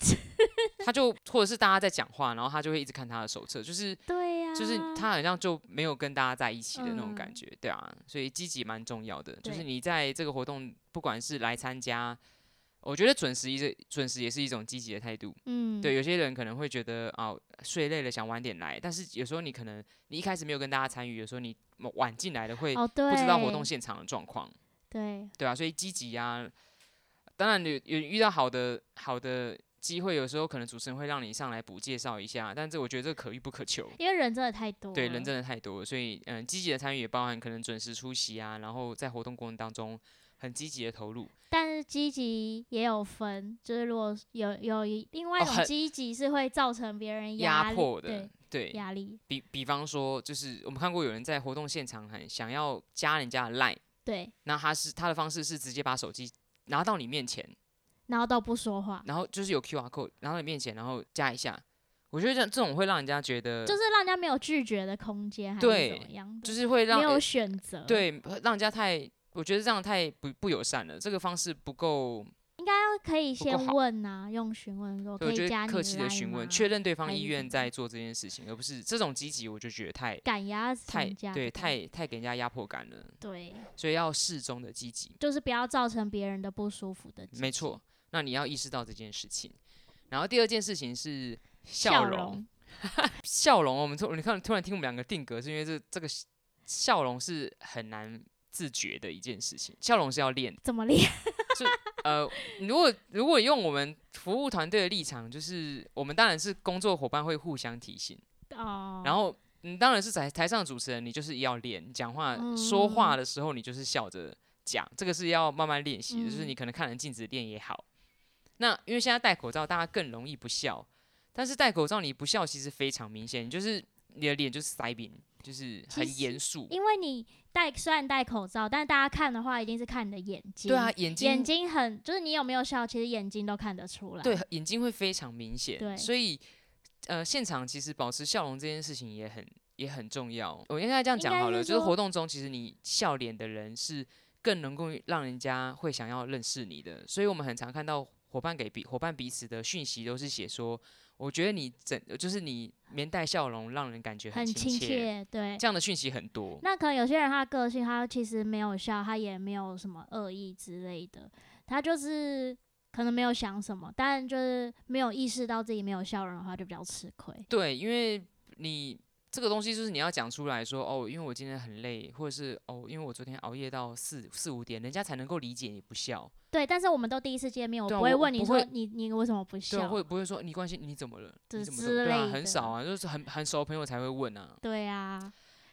[SPEAKER 1] 他就或者是大家在讲话，然后他就会一直看他的手册，就是
[SPEAKER 2] 对呀、
[SPEAKER 1] 就是他好像就没有跟大家在一起的那种感
[SPEAKER 2] 啊嗯
[SPEAKER 1] 觉，对啊，所以积极蛮重要的，就是
[SPEAKER 2] 对
[SPEAKER 1] 你在这个活动，不管是来参加，我觉得准时一个准时也是一种积极的态度。
[SPEAKER 2] 嗯，
[SPEAKER 1] 对，有些人可能会觉得啊、睡累了想晚点来，但是有时候你可能你一开始没有跟大家参与，有时候你晚进来的会
[SPEAKER 2] 哦，对，
[SPEAKER 1] 不知道活动现场的状况。
[SPEAKER 2] 对，
[SPEAKER 1] 对啊，所以积极啊，当然有有遇到好的好的机会，有时候可能主持人会让你上来补介绍一下，但这我觉得这可遇不可 求。
[SPEAKER 2] 因为人真的太多了，
[SPEAKER 1] 对，人真的太多了，所以嗯，积极的参与也包含可能准时出席啊，然后在活动过程当中很积极的投入。
[SPEAKER 2] 但是积极也有分，就是如果有有一另外一
[SPEAKER 1] 哦
[SPEAKER 2] 种
[SPEAKER 1] 很
[SPEAKER 2] 积极是会造成别人
[SPEAKER 1] 压
[SPEAKER 2] 力
[SPEAKER 1] 迫的
[SPEAKER 2] 对，
[SPEAKER 1] 对，
[SPEAKER 2] 压力，
[SPEAKER 1] 比比方说，就是我们看过有人在活动现场很想要加人家的 line，
[SPEAKER 2] 对，
[SPEAKER 1] 那他是他的方式是直接把手机拿到你面前，
[SPEAKER 2] 然后都不说话，
[SPEAKER 1] 然后就是有 QR code 拿到你面前，然后加一下。我觉得这这种会让人家觉得
[SPEAKER 2] 就是让人家没有拒绝的空间，还是
[SPEAKER 1] 对
[SPEAKER 2] 怎么样的，
[SPEAKER 1] 就是会让
[SPEAKER 2] 没有
[SPEAKER 1] 呃
[SPEAKER 2] 选择，，
[SPEAKER 1] 对，让人家太我觉得这样太不不友善了，这个方式不够，
[SPEAKER 2] 可以
[SPEAKER 1] 不够
[SPEAKER 2] 先
[SPEAKER 1] 好
[SPEAKER 2] 问呐、用询问说
[SPEAKER 1] 对我
[SPEAKER 2] 可以
[SPEAKER 1] 觉
[SPEAKER 2] 加
[SPEAKER 1] 得
[SPEAKER 2] 你
[SPEAKER 1] 客气的
[SPEAKER 2] Line
[SPEAKER 1] 询问，
[SPEAKER 2] 吗
[SPEAKER 1] 确认对
[SPEAKER 2] 还
[SPEAKER 1] 方
[SPEAKER 2] 是
[SPEAKER 1] 意
[SPEAKER 2] 什
[SPEAKER 1] 愿
[SPEAKER 2] 么
[SPEAKER 1] 在做这件事情，而不是这种积极，我就觉得 太
[SPEAKER 2] 赶鸭子
[SPEAKER 1] 太
[SPEAKER 2] 上架
[SPEAKER 1] 对
[SPEAKER 2] 的感觉
[SPEAKER 1] 太太给人家压迫感了，
[SPEAKER 2] 对，
[SPEAKER 1] 所以要适中的积极。
[SPEAKER 2] 就是不要造成别人的不舒服的。
[SPEAKER 1] 没，错，那你要意识到这件事情。然后第二件事情是
[SPEAKER 2] 笑
[SPEAKER 1] 笑容，笑容。我们突你看突然听我们两个定格，是因为这这个笑容是很难自觉的一件事情，笑容是要练的。
[SPEAKER 2] 怎么练？
[SPEAKER 1] 呃，如果如果用我们服务团队的立场，就是我们当然是工作伙伴会互相提醒，
[SPEAKER 2] 哦，
[SPEAKER 1] 然后。你当然是台台上主持人，你就是要练你讲话、说
[SPEAKER 2] 嗯
[SPEAKER 1] 话的时候，你就是笑着讲，这个是要慢慢练习的，就是
[SPEAKER 2] 嗯
[SPEAKER 1] 你可能看人镜子练也好。那因为现在戴口罩，大家更容易不笑，但是戴口罩你不笑其实非常明显，你就是你的脸就是塞饼，就是
[SPEAKER 2] 其
[SPEAKER 1] 很
[SPEAKER 2] 实
[SPEAKER 1] 严肃。
[SPEAKER 2] 因为你戴虽然戴口罩，但大家看的话一定是看你的眼睛。
[SPEAKER 1] 对啊，，眼睛
[SPEAKER 2] 眼睛很就是你有没有笑，其实眼睛都看得出来。
[SPEAKER 1] 对，眼睛会非常明
[SPEAKER 2] 对
[SPEAKER 1] 显，所以呃，现场其实保持笑容这件事情也很也很重要。我应该这样
[SPEAKER 2] 应
[SPEAKER 1] 讲
[SPEAKER 2] 该
[SPEAKER 1] 好
[SPEAKER 2] 是
[SPEAKER 1] 了，就是
[SPEAKER 2] 说
[SPEAKER 1] 活动中其实你笑脸的人是更能够让人家会想要认识你的，所以我们很常看到伙伴给彼伙伴彼此的讯息都是写说，我觉得你整就是你面带笑容，让人感觉
[SPEAKER 2] 很
[SPEAKER 1] 亲
[SPEAKER 2] 亲切。对，
[SPEAKER 1] 这样的讯息很多。
[SPEAKER 2] 那可能有些人他的个性，他其实没有笑，他也没有什么恶意之类的，他就是可能没有想什么，但就是没有意识到自己没有笑容的话，就比较吃亏。
[SPEAKER 1] 对，因为你这个东西就是你要讲出来说，哦，因为我今天很累，或者是哦，因为我昨天熬夜到四四五点，人家才能够理解你不笑，
[SPEAKER 2] 对，但是我们都第一次见面，我
[SPEAKER 1] 对啊
[SPEAKER 2] 不会
[SPEAKER 1] 我
[SPEAKER 2] 问你
[SPEAKER 1] 不
[SPEAKER 2] 说
[SPEAKER 1] 会
[SPEAKER 2] 你你为什么不
[SPEAKER 1] 对啊，
[SPEAKER 2] 笑？
[SPEAKER 1] 会不会说你关心你怎么了，
[SPEAKER 2] 这
[SPEAKER 1] 你怎么
[SPEAKER 2] 之
[SPEAKER 1] 了？对啊，
[SPEAKER 2] 类
[SPEAKER 1] 很
[SPEAKER 2] 的
[SPEAKER 1] 少啊，就是很很熟的朋友才会问啊，
[SPEAKER 2] 对啊，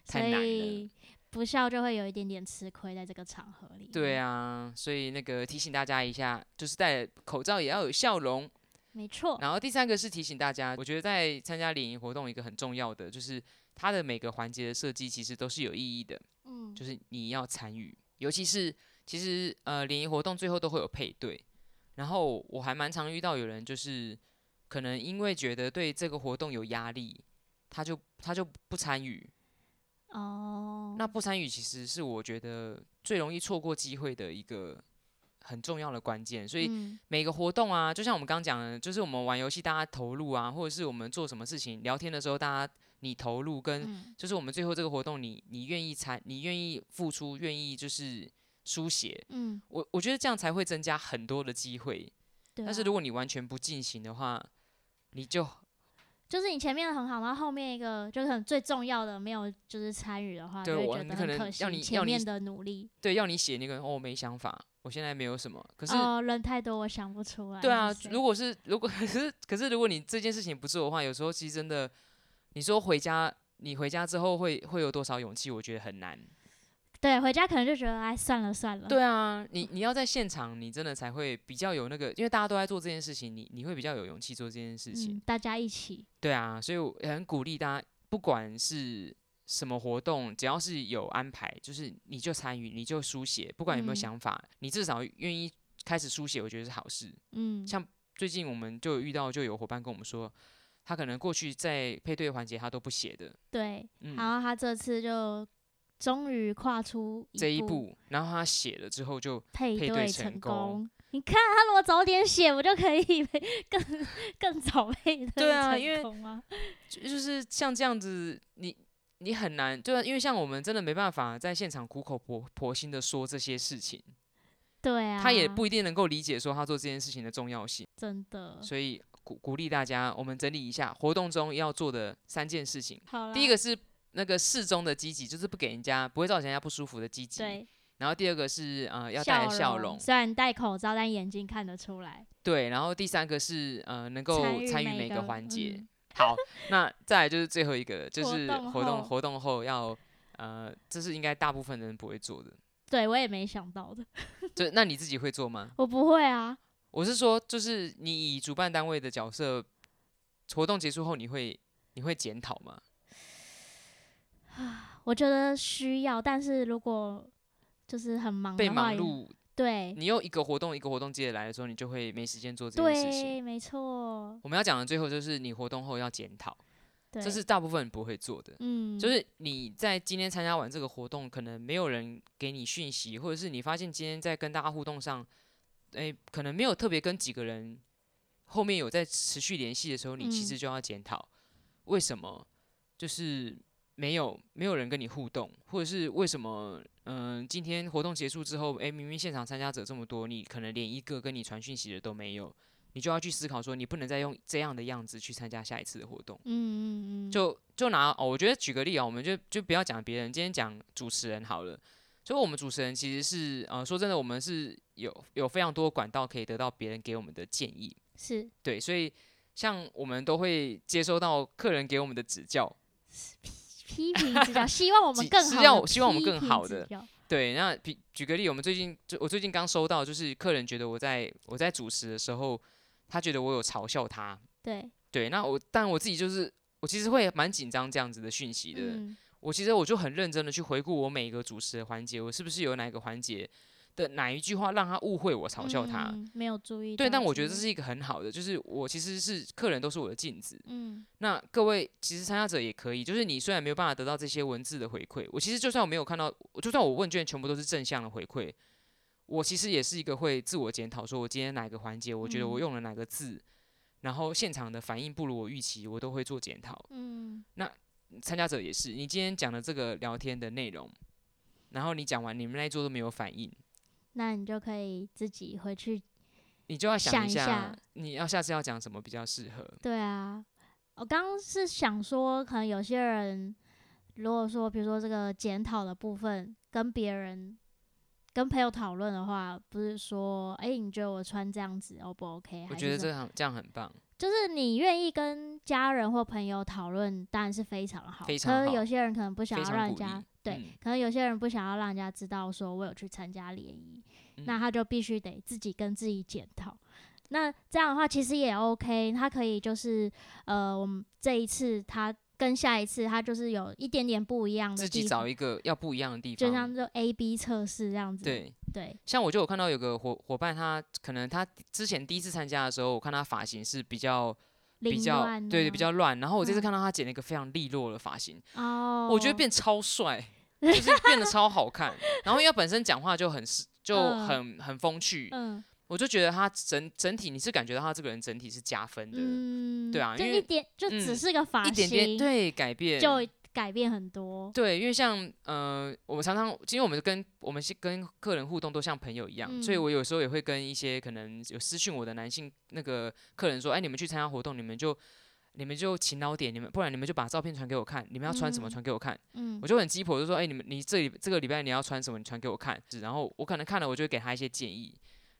[SPEAKER 2] 所
[SPEAKER 1] 太难了
[SPEAKER 2] 以不笑就会有一点点吃亏在这个场合里。
[SPEAKER 1] 对，啊，所以那个提醒大家一下，就是戴口罩也要有笑容。
[SPEAKER 2] 没错，
[SPEAKER 1] 然后第三个是提醒大家，我觉得在参加联谊活动一个很重要的就是它的每个环节的设计其实都是有意义的。
[SPEAKER 2] 嗯，
[SPEAKER 1] 就是你要参与，尤其是其实呃联谊活动最后都会有配对，然后我还蛮常遇到有人就是可能因为觉得对这个活动有压力，他就他就不参与，
[SPEAKER 2] 哦，
[SPEAKER 1] 那不参与其实是我觉得最容易错过机会的一个很重要的关键，所以
[SPEAKER 2] 嗯
[SPEAKER 1] 每个活动啊，就像我们刚刚讲的，就是我们玩游戏大家投入啊，或者是我们做什么事情聊天的时候，大家你投入跟
[SPEAKER 2] 嗯
[SPEAKER 1] 就是我们最后这个活动你，你愿意参，你愿意付出，愿意就是书写，
[SPEAKER 2] 嗯，
[SPEAKER 1] 我我觉得这样才会增加很多的机会。
[SPEAKER 2] 对啊、
[SPEAKER 1] 但是如果你完全不进行的话，你就
[SPEAKER 2] 就是你前面很好，然后后面一个就是很最重要的没有就是参与的话，
[SPEAKER 1] 对
[SPEAKER 2] 就会
[SPEAKER 1] 我
[SPEAKER 2] 觉得
[SPEAKER 1] 可
[SPEAKER 2] 很
[SPEAKER 1] 能
[SPEAKER 2] 可
[SPEAKER 1] 要
[SPEAKER 2] 惜。
[SPEAKER 1] 你
[SPEAKER 2] 前
[SPEAKER 1] 要你
[SPEAKER 2] 面的努力，
[SPEAKER 1] 对要你写那个哦，我没想法，我现在没有什么。可是，
[SPEAKER 2] 哦，人太多，我想不出来是谁。
[SPEAKER 1] 对啊，如果是如果 可是可是如果你这件事情不做的话，有时候其实真的，你说回家，你回家之后会会有多少勇气？我觉得很难。
[SPEAKER 2] 嗯对回家可能就觉得哎，算了算了。
[SPEAKER 1] 对啊，
[SPEAKER 2] 嗯
[SPEAKER 1] 你你要在现场，你真的才会比较有那个，因为大家都在做这件事情，你你会比较有勇气做这件事情。
[SPEAKER 2] 嗯，大家一起，
[SPEAKER 1] 对啊，所以我很鼓励大家，不管是什么活动，只要是有安排，就是你就参与，你就书写，不管有没有
[SPEAKER 2] 嗯
[SPEAKER 1] 想法，你至少愿意开始书写，我觉得是好事。
[SPEAKER 2] 嗯，
[SPEAKER 1] 像最近我们就有遇到，就有伙伴跟我们说，他可能过去在配对环节他都不写的，
[SPEAKER 2] 对。
[SPEAKER 1] 嗯，
[SPEAKER 2] 然后他这次就终于跨出
[SPEAKER 1] 这一
[SPEAKER 2] 步，
[SPEAKER 1] 步，然后他写了之后 就
[SPEAKER 2] 配
[SPEAKER 1] 配对
[SPEAKER 2] 对
[SPEAKER 1] 成功
[SPEAKER 2] 成功。你看他如果早点写，我就可以更更早配对
[SPEAKER 1] 对啊因
[SPEAKER 2] 成
[SPEAKER 1] 为
[SPEAKER 2] 功啊。
[SPEAKER 1] 就就是像这样子，你你很难，对啊，因为像我们真的没办法在现场苦口婆婆心的说这些事情。
[SPEAKER 2] 对啊，
[SPEAKER 1] 他也不一定能够理解说他做这件事情的重要性，
[SPEAKER 2] 真的。
[SPEAKER 1] 所以鼓鼓励大家，我们整理一下活动中要做的三件事情。
[SPEAKER 2] 好啦
[SPEAKER 1] 第一个是那个适中的积极，就是不给人家不会造成人家不舒服的积极。
[SPEAKER 2] 对，
[SPEAKER 1] 然后第二个是呃要带
[SPEAKER 2] 笑
[SPEAKER 1] 来笑容，
[SPEAKER 2] 虽然戴口罩，但眼睛看得出来。
[SPEAKER 1] 对。然后第三个是呃能够参与每
[SPEAKER 2] 个嗯
[SPEAKER 1] 个环节。好，那再来就是最后一个，就
[SPEAKER 2] 活
[SPEAKER 1] 是
[SPEAKER 2] 动
[SPEAKER 1] 活动
[SPEAKER 2] 后
[SPEAKER 1] 活动后要呃，这是应该大部分人不会做的。
[SPEAKER 2] 对我也没想到的，
[SPEAKER 1] 就那你自己会做吗？
[SPEAKER 2] 我不会啊。
[SPEAKER 1] 我是说，就是你以主办单位的角色，活动结束后你会你会检讨吗？
[SPEAKER 2] 我觉得需要，但是如果就是很忙
[SPEAKER 1] 被
[SPEAKER 2] 的
[SPEAKER 1] 忙
[SPEAKER 2] 话哦也，
[SPEAKER 1] 碌，
[SPEAKER 2] 对
[SPEAKER 1] 你又一个活动一个活动接着来的时候，你就会没时间做这件事情。
[SPEAKER 2] 对，没错，
[SPEAKER 1] 我们要讲的最后就是你活动后要检讨，
[SPEAKER 2] 对，
[SPEAKER 1] 这是大部分人不会做的。
[SPEAKER 2] 嗯，
[SPEAKER 1] 就是你在今天参加完这个活动，可能没有人给你讯息，或者是你发现今天在跟大家互动上，诶、可能没有特别跟几个人后面有在持续联系的时候，你其
[SPEAKER 2] 嗯
[SPEAKER 1] 实就要检讨、为什么就是没有没有人跟你互动，或者是为什么嗯、今天活动结束之后，诶、明明现场参加者这么多，你可能连一个跟你传讯息的都没有，你就要去思考说，你不能再用这样的样子去参加下一次的活动。
[SPEAKER 2] 嗯嗯嗯，
[SPEAKER 1] 就就拿哦，我觉得举个例啊、我们就就不要讲别人，今天讲主持人好了。就我们主持人其实是呃，说真的，我们是有有非常多管道可以得到别人给我们的建议，
[SPEAKER 2] 是
[SPEAKER 1] 对，所以像我们都会接收到客人给我们的指教，
[SPEAKER 2] 批评指教，希望我们
[SPEAKER 1] 希
[SPEAKER 2] 更
[SPEAKER 1] 希
[SPEAKER 2] 好
[SPEAKER 1] 望
[SPEAKER 2] 的
[SPEAKER 1] 我希望我们
[SPEAKER 2] 批
[SPEAKER 1] 更
[SPEAKER 2] 评
[SPEAKER 1] 好
[SPEAKER 2] 指
[SPEAKER 1] 的
[SPEAKER 2] 教
[SPEAKER 1] 对，那比举个例，我们最近就我最近刚收到，就是客人觉得我在我在主持的时候，他觉得我有嘲笑他，
[SPEAKER 2] 对，
[SPEAKER 1] 对，那我但我自己就是我其实会蛮紧张这样子的讯息的，
[SPEAKER 2] 嗯
[SPEAKER 1] 我其实我就很认真的去回顾我每一个主持的环节，我是不是有哪个环节的哪一句话让他误会我嘲笑他？
[SPEAKER 2] 嗯没有注意，
[SPEAKER 1] 对，但我觉得这，是一个很好的，就是我其实是客人都是我的镜子。
[SPEAKER 2] 嗯
[SPEAKER 1] 那各位其实参加者也可以，就是你虽然没有办法得到这些文字的回馈，我其实就算我没有看到，就算我问卷全部都是正向的回馈，我其实也是一个会自我检讨，说我今天哪个环节，我觉得我
[SPEAKER 2] 嗯
[SPEAKER 1] 用了哪个字，然后现场的反应不如我预期，我都会做检讨。
[SPEAKER 2] 嗯
[SPEAKER 1] 参加者也是，你今天讲的这个聊天的内容，然后你讲完，你们那一桌都没有反应，
[SPEAKER 2] 那你就可以自己回去，
[SPEAKER 1] 你就要
[SPEAKER 2] 想
[SPEAKER 1] 一
[SPEAKER 2] 一
[SPEAKER 1] 下
[SPEAKER 2] 下，
[SPEAKER 1] 你要下次要讲什么比较适合。
[SPEAKER 2] 对啊，我刚刚是想说，可能有些人如果说，比如说这个检讨的部分，跟别人。跟朋友讨论的话，不是说，哎、你觉得我穿这样子 O 不 OK？
[SPEAKER 1] 我
[SPEAKER 2] 还
[SPEAKER 1] 觉得
[SPEAKER 2] 是什
[SPEAKER 1] 这样这样很棒，
[SPEAKER 2] 就是你愿意跟家人或朋友讨论，当然是非常好。
[SPEAKER 1] 非常好
[SPEAKER 2] 可是有些人可能不想
[SPEAKER 1] 非
[SPEAKER 2] 要
[SPEAKER 1] 常
[SPEAKER 2] 让人
[SPEAKER 1] 鼓励
[SPEAKER 2] 家。对，
[SPEAKER 1] 嗯
[SPEAKER 2] 可能有些人不想要让人家知道说我有去参加联谊，
[SPEAKER 1] 嗯
[SPEAKER 2] 那他就必须得自己跟自己检讨。那这样的话其实也 OK，他可以就是呃，我们这一次他跟下一次他就是有一点点不一样的
[SPEAKER 1] 自
[SPEAKER 2] 地
[SPEAKER 1] 己
[SPEAKER 2] 方
[SPEAKER 1] 找，一个要不一样的地
[SPEAKER 2] 就像
[SPEAKER 1] 方。
[SPEAKER 2] 这 A B 测试这样子。
[SPEAKER 1] 对，
[SPEAKER 2] 对，
[SPEAKER 1] 像我就有看到有个伙伙伴他，可能他之前第一次参加的时候，我看他发型是比较比
[SPEAKER 2] 凌
[SPEAKER 1] 较
[SPEAKER 2] 乱啊
[SPEAKER 1] 对对比较乱，然后我这次
[SPEAKER 2] 嗯
[SPEAKER 1] 看到他剪了一个非常利落的发型，
[SPEAKER 2] 哦，
[SPEAKER 1] 我觉得变超帅，就是变得超好看。然后因为他本身讲话就很是就
[SPEAKER 2] 嗯
[SPEAKER 1] 很很风趣，
[SPEAKER 2] 嗯
[SPEAKER 1] 我就觉得他整整体你是感觉到他这个人整体是加分的，
[SPEAKER 2] 嗯，
[SPEAKER 1] 对啊
[SPEAKER 2] 就
[SPEAKER 1] 因
[SPEAKER 2] 一
[SPEAKER 1] 为
[SPEAKER 2] 点就只
[SPEAKER 1] 嗯
[SPEAKER 2] 是个发
[SPEAKER 1] 一点
[SPEAKER 2] 型，
[SPEAKER 1] 点对改变
[SPEAKER 2] 就改变很多。
[SPEAKER 1] 对，因为像呃，我们常常，因为我们跟我们是跟客人互动都像朋友一样，所以
[SPEAKER 2] 嗯
[SPEAKER 1] 我有时候也会跟一些可能有私讯我的男性那个客人说，哎，你们去参加活动，你们就你们就勤劳点，你们不然你们就把照片传给我看，你们要穿什么
[SPEAKER 2] 嗯
[SPEAKER 1] 传给我看，
[SPEAKER 2] 嗯
[SPEAKER 1] 我就很鸡婆，就说，哎，你们你这里这个礼拜你要穿什么，你传给我看，然后我可能看了，我就会给他一些建议。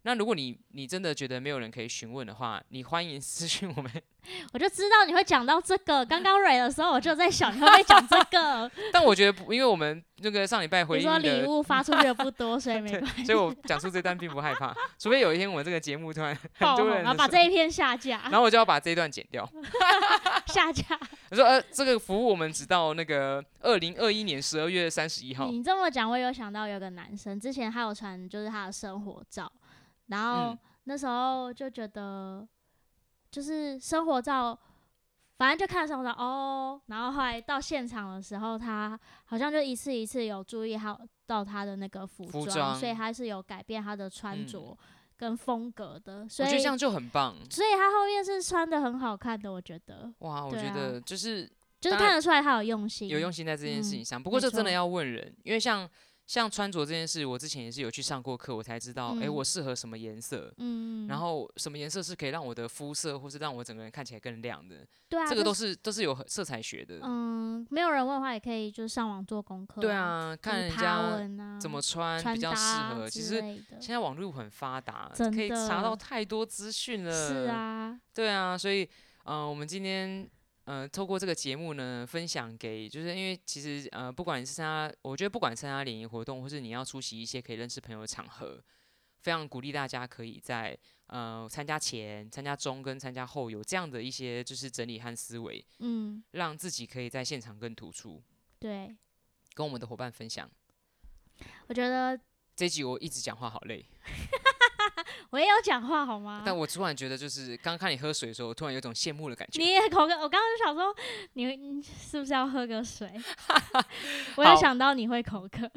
[SPEAKER 1] 那如果你你真的觉得没有人可以询问的话，你欢迎私讯我们，
[SPEAKER 2] 我就知道你会讲到这个。 刚刚蕊的时候，我就在想你会不会讲这个。
[SPEAKER 1] 但我觉得不，因为我们那个上礼拜 回
[SPEAKER 2] 你
[SPEAKER 1] 应
[SPEAKER 2] 说
[SPEAKER 1] 的
[SPEAKER 2] 礼物发出去的不多，所以没
[SPEAKER 1] 对
[SPEAKER 2] 关系。
[SPEAKER 1] 所以我讲出这段并不害怕，除非有一天我这个节目突然很
[SPEAKER 2] 爆
[SPEAKER 1] 多
[SPEAKER 2] 红，
[SPEAKER 1] 人
[SPEAKER 2] 然
[SPEAKER 1] 的
[SPEAKER 2] 后把
[SPEAKER 1] 时
[SPEAKER 2] 这一篇下架
[SPEAKER 1] 候，然，后我就要把这一段剪掉。
[SPEAKER 2] 下架。
[SPEAKER 1] 我说呃，这个服务我们直到那个二零二一年十二月三十一号。
[SPEAKER 2] 你这么讲，我有想到有个男生，之前他有传就是他的生活照，然后
[SPEAKER 1] 嗯
[SPEAKER 2] 那时候就觉得，就是生活照，反正就看生活照哦。然后后来到现场的时候，他好像就一次一次有注意好到他的那个服
[SPEAKER 1] 服
[SPEAKER 2] 装，
[SPEAKER 1] 装
[SPEAKER 2] 所以他是有改变他的穿
[SPEAKER 1] 嗯
[SPEAKER 2] 着跟风格的，
[SPEAKER 1] 我
[SPEAKER 2] 所
[SPEAKER 1] 觉得
[SPEAKER 2] 以
[SPEAKER 1] 这样就很棒
[SPEAKER 2] 所以他后面是穿的很好看的，我觉得
[SPEAKER 1] 哇！我
[SPEAKER 2] 对
[SPEAKER 1] 觉
[SPEAKER 2] 啊
[SPEAKER 1] 得就是
[SPEAKER 2] 就是
[SPEAKER 1] 当然
[SPEAKER 2] 看得出来他有用心，
[SPEAKER 1] 有用心在这件事情
[SPEAKER 2] 嗯
[SPEAKER 1] 上，不过
[SPEAKER 2] 没
[SPEAKER 1] 这真的
[SPEAKER 2] 错
[SPEAKER 1] 要问人，因为像像穿着这件事，我之前也是有去上过课，我才知道诶，
[SPEAKER 2] 嗯
[SPEAKER 1] 我适合什么颜色。
[SPEAKER 2] 嗯，
[SPEAKER 1] 然后什么颜色是可以让我的肤色，或是让我整个人看起来更亮的？
[SPEAKER 2] 对啊，
[SPEAKER 1] 这个
[SPEAKER 2] 就
[SPEAKER 1] 都是都是有色彩学的。
[SPEAKER 2] 嗯，没有人问的话，也可以就是上网做功课、
[SPEAKER 1] 对，啊，看人家
[SPEAKER 2] 啊、
[SPEAKER 1] 怎么穿
[SPEAKER 2] 穿
[SPEAKER 1] 比较
[SPEAKER 2] 搭
[SPEAKER 1] 适
[SPEAKER 2] 啊
[SPEAKER 1] 合。其
[SPEAKER 2] 之
[SPEAKER 1] 实
[SPEAKER 2] 类的
[SPEAKER 1] 现在网络很发达，
[SPEAKER 2] 真
[SPEAKER 1] 可以查到
[SPEAKER 2] 的
[SPEAKER 1] 太多资讯了。
[SPEAKER 2] 是，啊，
[SPEAKER 1] 对啊，所以嗯、呃我们今天呃透过这个节目呢，分享给就是因为其实呃不管你是参加，我觉得不管参加联谊活动，或是你要出席一些可以认识朋友的场合，非常鼓励大家可以在呃参加前、参加中跟参加后有这样的一些就是整理和思维，
[SPEAKER 2] 嗯，
[SPEAKER 1] 让自己可以在现场更突出。
[SPEAKER 2] 对，
[SPEAKER 1] 跟我们的伙伴分享，
[SPEAKER 2] 我觉得
[SPEAKER 1] 这一集我一直讲话好累。
[SPEAKER 2] 我我也有讲话好吗？
[SPEAKER 1] 但我突然觉得，就是刚看你喝水的时候，我突然有种羡慕的感觉。
[SPEAKER 2] 你也口渴，我刚刚想说你会你是不是要喝个 水？我有想到你会口渴，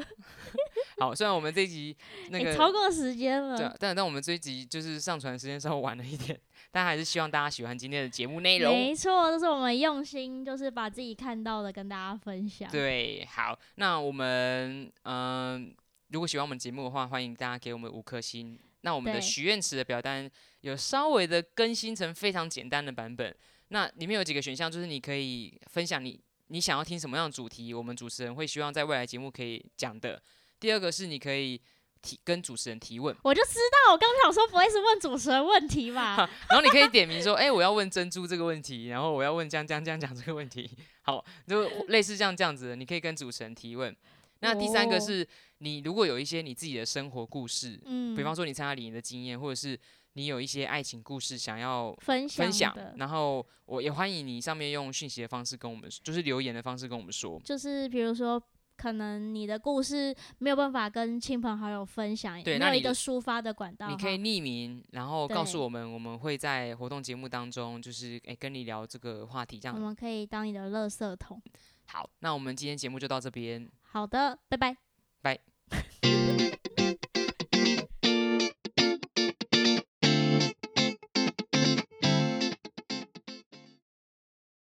[SPEAKER 1] 好，虽然我们这一集那
[SPEAKER 2] 你
[SPEAKER 1] 个
[SPEAKER 2] 超过时间
[SPEAKER 1] 对
[SPEAKER 2] 了
[SPEAKER 1] 啊，，但但我们这一集就是上传时间稍微晚了一点，但还是希望大家喜欢今天的节目内容。
[SPEAKER 2] 没错，这是我们用心，就是把自己看到的跟大家分享。
[SPEAKER 1] 对，好，那我们嗯、如果喜欢我们节目的话，欢迎大家给我们五颗星。那我们的
[SPEAKER 2] 对
[SPEAKER 1] 许愿池的表单有稍微的更新成非常简单的版本，那里面有几个选项，就是你可以分享你你想要听什么样的主题，我们主持人会希望在未来节目可以讲的。第二个是你可以提跟主持人提问，
[SPEAKER 2] 我就知道，我刚想说不会是问主持人问题吧？
[SPEAKER 1] 然后你可以点名说，哎、我要问珍珠这个问题，然后我要问江江江讲这个问题。好，就类似像这样子的，你可以跟主持人提问。那第三个
[SPEAKER 2] 哦
[SPEAKER 1] 是你如果有一些你自己的生活故事，
[SPEAKER 2] 嗯，
[SPEAKER 1] 比方说你参加联谊的经验，或者是你有一些爱情故事想要
[SPEAKER 2] 分享
[SPEAKER 1] 分享
[SPEAKER 2] 的，
[SPEAKER 1] 然后我也欢迎你上面用讯息的方式跟我们，就是留言的方式跟我们说。
[SPEAKER 2] 就是比如说，可能你的故事没有办法跟亲朋好友分享，
[SPEAKER 1] 对
[SPEAKER 2] 没
[SPEAKER 1] 那
[SPEAKER 2] 有
[SPEAKER 1] 你
[SPEAKER 2] 一个抒发的管道哈，
[SPEAKER 1] 你可以匿名，然后告诉
[SPEAKER 2] 对
[SPEAKER 1] 我们，我们会在活动节目当中，就是哎、跟你聊这个话题这
[SPEAKER 2] 我
[SPEAKER 1] 样。
[SPEAKER 2] 们可以当你的垃圾桶。
[SPEAKER 1] 好，那我们今天节目就到这边，
[SPEAKER 2] 好的，拜拜。
[SPEAKER 1] 拜。